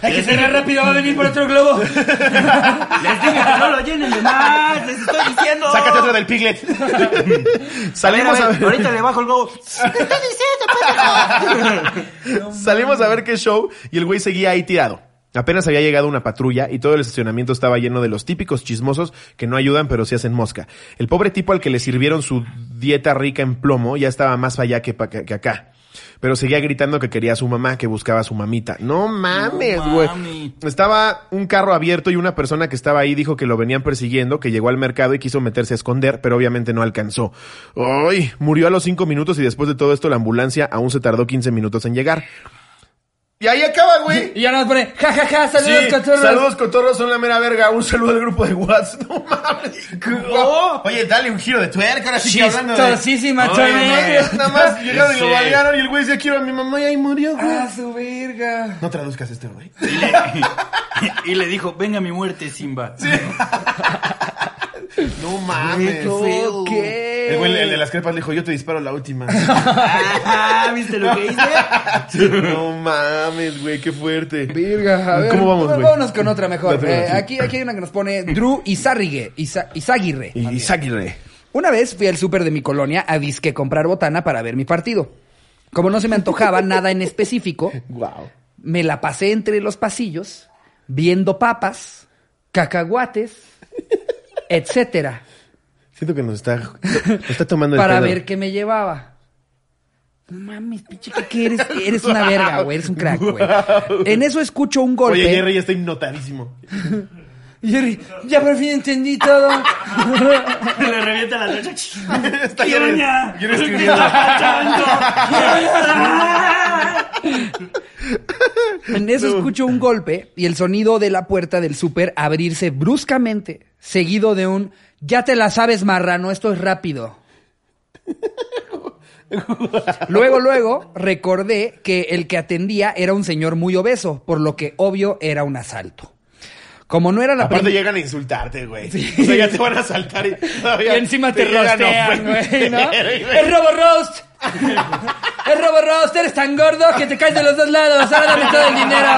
Hay que cerrar rápido, va a venir por otro globo.
Les dije que no lo llenen de más. Les estoy diciendo.
Sácate otro del piglet. Salimos a
A ver, a ver,
ver,
Ahorita le bajo el globo.
salimos a ver qué show y el güey seguía ahí tirado. Apenas había llegado una patrulla y todo el estacionamiento estaba lleno de los típicos chismosos que no ayudan pero sí hacen mosca. El pobre tipo al que le sirvieron su dieta rica en plomo ya estaba más allá que, pa- que- que acá. Pero seguía gritando que quería a su mamá, que buscaba a su mamita. No mames,
No
güey.
mami.
Estaba un carro abierto y una persona que estaba ahí dijo que lo venían persiguiendo, que llegó al mercado y quiso meterse a esconder, pero obviamente no alcanzó. ¡Ay! Murió a los cinco minutos y después de todo esto la ambulancia aún se tardó 15 minutos en llegar. Y ahí acaba, güey.
Y ya nos pone, ja, ja, ja,
Sí,
saludos, cotorros.
Saludos, cotorros, son la mera verga. Un saludo al grupo de WhatsApp. No mames.
Oye, dale un giro de tuerca. Ahora sí que hablando. de-
Chistosísima,
Oye,
Chole.
no,
Nada más llegaron y lo
Sí.
balearon y el güey decía quiero a mi mamá y ahí murió, güey.
Ah, su verga.
No traduzcas este, güey.
Y le, y le dijo, venga mi muerte, Simba.
No
Qué
mames.
feo.
Ok.
El güey, el de las crepas le dijo, yo te disparo la última.
Ah, ¿Viste lo que hice?
No mames, güey, qué fuerte.
Verga, a ver,
¿Cómo vamos, güey?
Vámonos con otra mejor.
La otra,
Eh,
sí.
aquí, aquí hay una que nos pone Drew Izarrigue, Isa- Izaguirre.
Y Isaguirre.
Una vez fui al súper de mi colonia a disque comprar botana para ver mi partido. Como no se me antojaba nada en específico,
Wow.
me la pasé entre los pasillos viendo papas, cacahuates, etcétera,
Siento que nos está, nos está tomando el
para
pedo.
ver qué me llevaba. No mames, pinche, ¿qué, qué eres? Eres una verga, güey. Eres un crack, güey. En eso escucho un golpe.
Oye, Jerry ya está hipnotadísimo.
Jerry, ya por fin entendí todo.
Le revienta la leche.
está Jerry,
¡Doña!
Jerry escribiendo.
En eso escucho un golpe y el sonido de la puerta del súper abrirse bruscamente, seguido de un ya te la sabes, marrano, esto es rápido. Luego, luego, recordé que el que atendía era un señor muy obeso, por lo que obvio era un asalto. Como no era la
Aparte
prim-
llegan a insultarte, güey. O sea, ya te van a saltar y
Y
todavía
encima te
llegan a
rostean, güey,
ofender,
¿no?
güey.
¡Es Robo Roast!
¡Es robo roast! ¡Eres tan gordo que te caes de los dos lados! ¡Ahora dame todo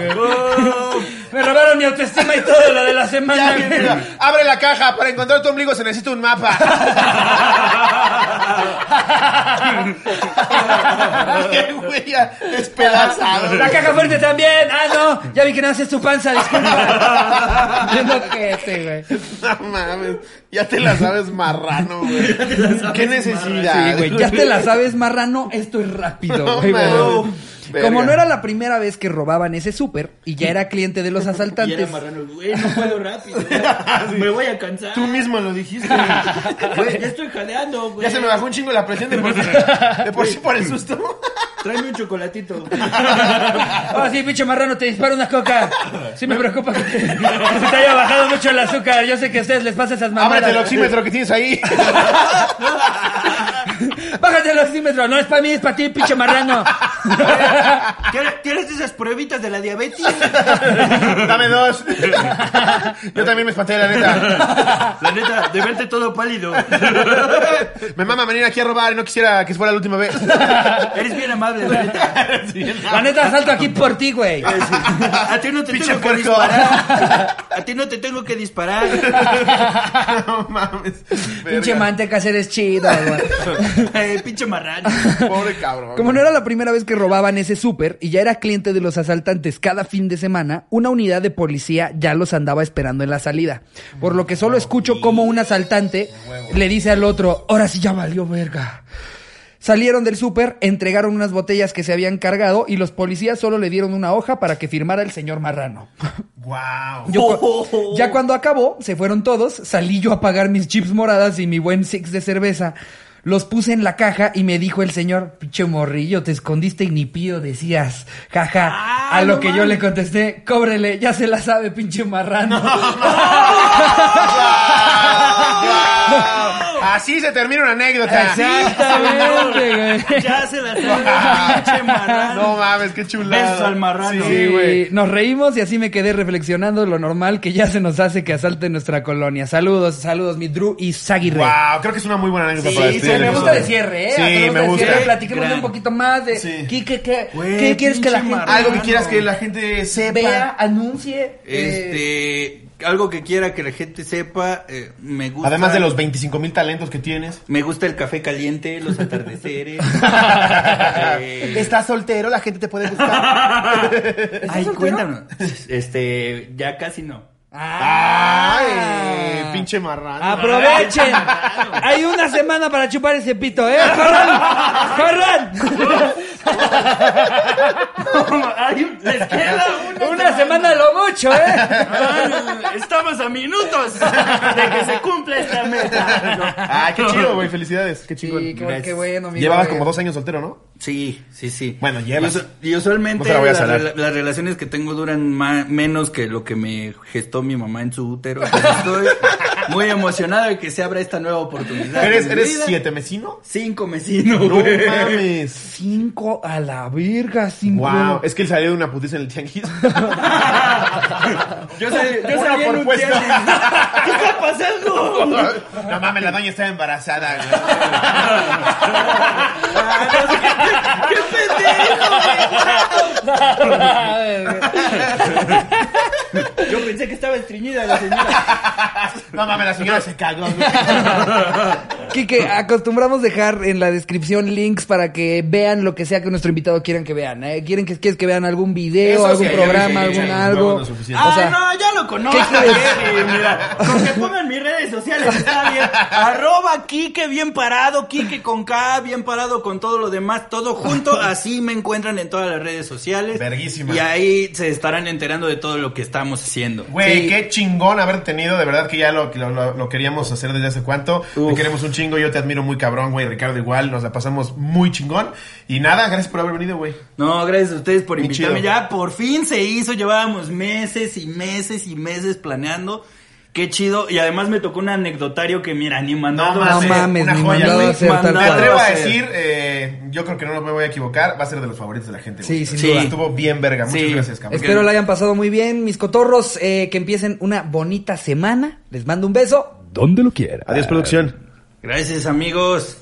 el dinero!
Me robaron mi autoestima y todo lo de la semana.
Ya, mira, Abre la caja, para encontrar tu ombligo se necesita un mapa. Bien, güey, ya despedazado.
¡La caja fuerte también! ¡Ah, no! Ya vi que naces tu panza, disculpa. Viendo ojete, este, güey.
No mames, ya te la sabes marrano, güey. Qué necesidad.
Sí, güey, ya te la sabes, marrano, esto es rápido,
No
güey,
mames.
güey.
Verga.
Como no era la primera vez que robaban ese súper y ya era cliente de los
Y era
asaltantes,
marrano, güey, no puedo rápido. Me voy a cansar.
Tú mismo lo dijiste.
Güey, ya estoy jadeando, güey.
Ya se me bajó un chingo la presión de por, de por sí por el susto.
Tráeme un chocolatito.
Ahora Oh, sí, pinche marrano, te disparo una coca. Sí me preocupa que, te- que se te haya bajado mucho el azúcar. Yo sé que a ustedes les pasa esas
Ábrete el
mamadas.
oxímetro que tienes ahí.
Bájate el oxímetro. No es para mí, es para ti, pinche marrano.
¿Qué- ¿Tienes esas pruebitas de la diabetes?
Dame dos. Yo también me espanté, la neta.
La neta, de verte todo pálido.
Me mama venir aquí a robar y no quisiera que fuera la última vez.
Eres bien amable, la neta.
La neta, salto aquí por ti, güey.
A ti no te
Pinche
tengo que
puerco.
disparar. A ti no te tengo que disparar.
No mames.
pinche
Verga.
mantecas eres chido, güey.
Eh, pinche marrano.
Pobre cabrón.
Como no era la primera vez que robaban ese súper y ya era cliente de los asaltantes cada fin de semana, una unidad de policía ya los andaba esperando en la salida. Por lo que solo escucho como un asaltante le dice al otro, ahora sí ya valió verga. Salieron del súper, entregaron unas botellas que se habían cargado y los policías solo le dieron una hoja para que firmara el señor Marrano.
Wow.
Yo cu-
Oh.
ya cuando acabó, se fueron todos, salí yo a pagar mis chips moradas y mi buen six de cerveza. Los puse en la caja y me dijo el señor, pinche morrillo, te escondiste y ni pío decías, jaja.
Ah,
a lo
no
que yo
mames.
le contesté, cóbrele, ya se la sabe, pinche marrano.
Así se termina una anécdota.
Exactamente, güey.
Ya se la sabe, pinche marrano.
Ah. No mames, qué chulada.
Besos al marrano.
Sí, güey.
Y nos reímos y así me quedé reflexionando lo normal que ya se nos hace que asalte nuestra colonia. Saludos, saludos, mi Drew y Zaguirre.
Wow, creo que es una muy buena anécdota
Sí,
para
sí,
despedir el
me gusta de
episodio.
cierre, ¿eh?
Sí,
Hacemos
me
de
gusta.
cierre, Platiquemos de un
Gran.
poquito más de
Sí.
qué, qué, qué,
Güey,
qué quieres que la
pinche
gente
Algo que quieras que la gente sepa.
vea, anuncie. eh,
Este, algo que quiera que la gente sepa, eh, me gusta.
Además de los 25 mil talentos que tienes.
Me gusta el café caliente, los atardeceres. Eh,
Estás soltero, la gente te puede buscar.
Ay,
soltero?
cuéntanos. Este, ya casi no.
Ay, pinche marrano.
Ah. Aprovechen. Hay una semana para chupar ese pito, ¿eh? ¡Corran!
Ay, les queda
¡Corran! Una semana a lo mucho, ¿eh?
una. Estamos a minutos de que se cumpla esta meta.
Ay, Ah, qué chido, güey. Felicidades. Qué
Sí,
chingón.
qué, qué bueno, amigo.
Llevabas
güey.
como dos años soltero, ¿no?
Sí, sí, sí.
Bueno, llevas.
Y usu- Y, usualmente
No se la voy a
las,
salar.
rela- las relaciones que tengo duran ma- menos que lo que me gestó mi mamá en su útero. Entonces, estoy-
Muy emocionado de que se abra esta nueva oportunidad.
¿Eres,
en mi
eres
vida.
siete mesino?
Cinco mesino,
No
güey.
mames.
Cinco a la verga, cinco.
Wow, es que él salió de una putiza en el tianguis.
Yo salí, yo
Una
salí en
por
un
puesto.
tianguis. ¿Qué está pasando?
no mames, la doña estaba embarazada. güey.
¡Qué pendejo, eh? güey! Yo pensé que estaba estreñida la señora.
No mames, la señora se cagó. güey.
Quique, acostumbramos dejar en la descripción links para que vean lo que sea que nuestro invitado quieran que vean. ¿eh? ¿Quieren que, quieres que vean algún video,
Eso
algún
sí,
programa,
yo dije,
algún
ya,
algo?
no, no, suficiente.
O sea,
ah, no, ya lo conozco.
¿qué quieres?
Jerry, mira, con que pongan mis redes sociales está bien. Arroba Kike bien parado, Kike con K, bien parado con todo lo demás, todo junto. Así me encuentran en todas las redes sociales.
Verguísima.
Y ahí se estarán enterando de todo lo que estamos haciendo.
Güey,
Sí.
qué chingón haber tenido, de verdad que ya lo, lo- lo- lo queríamos hacer desde hace cuánto. Te
Uf.
queremos un chingo, yo te admiro muy cabrón, güey. Ricardo igual, nos la pasamos muy chingón. Y nada, gracias por haber venido, güey.
No, gracias a ustedes por
Muy
invitarme.
chido.
Ya por fin se hizo, llevábamos meses y meses y meses planeando. Qué chido. Y además me tocó un anecdotario que, mira, ni mandado.
no
mames,
mames,
una
ni
joya,
mandado a
güey.
hacer tal
Mandado
Me
cual.
atrevo
va
a
a ser.
decir, eh, yo creo que no me voy a equivocar, va a ser de los favoritos de la gente.
Sí,
güey.
sin
Sí.
duda.
Estuvo bien verga, muchas
Sí.
gracias, cabrón.
Espero la hayan pasado muy bien, mis cotorros. eh, que empiecen una bonita semana. Les mando un beso.
Adiós, producción.
Gracias, amigos.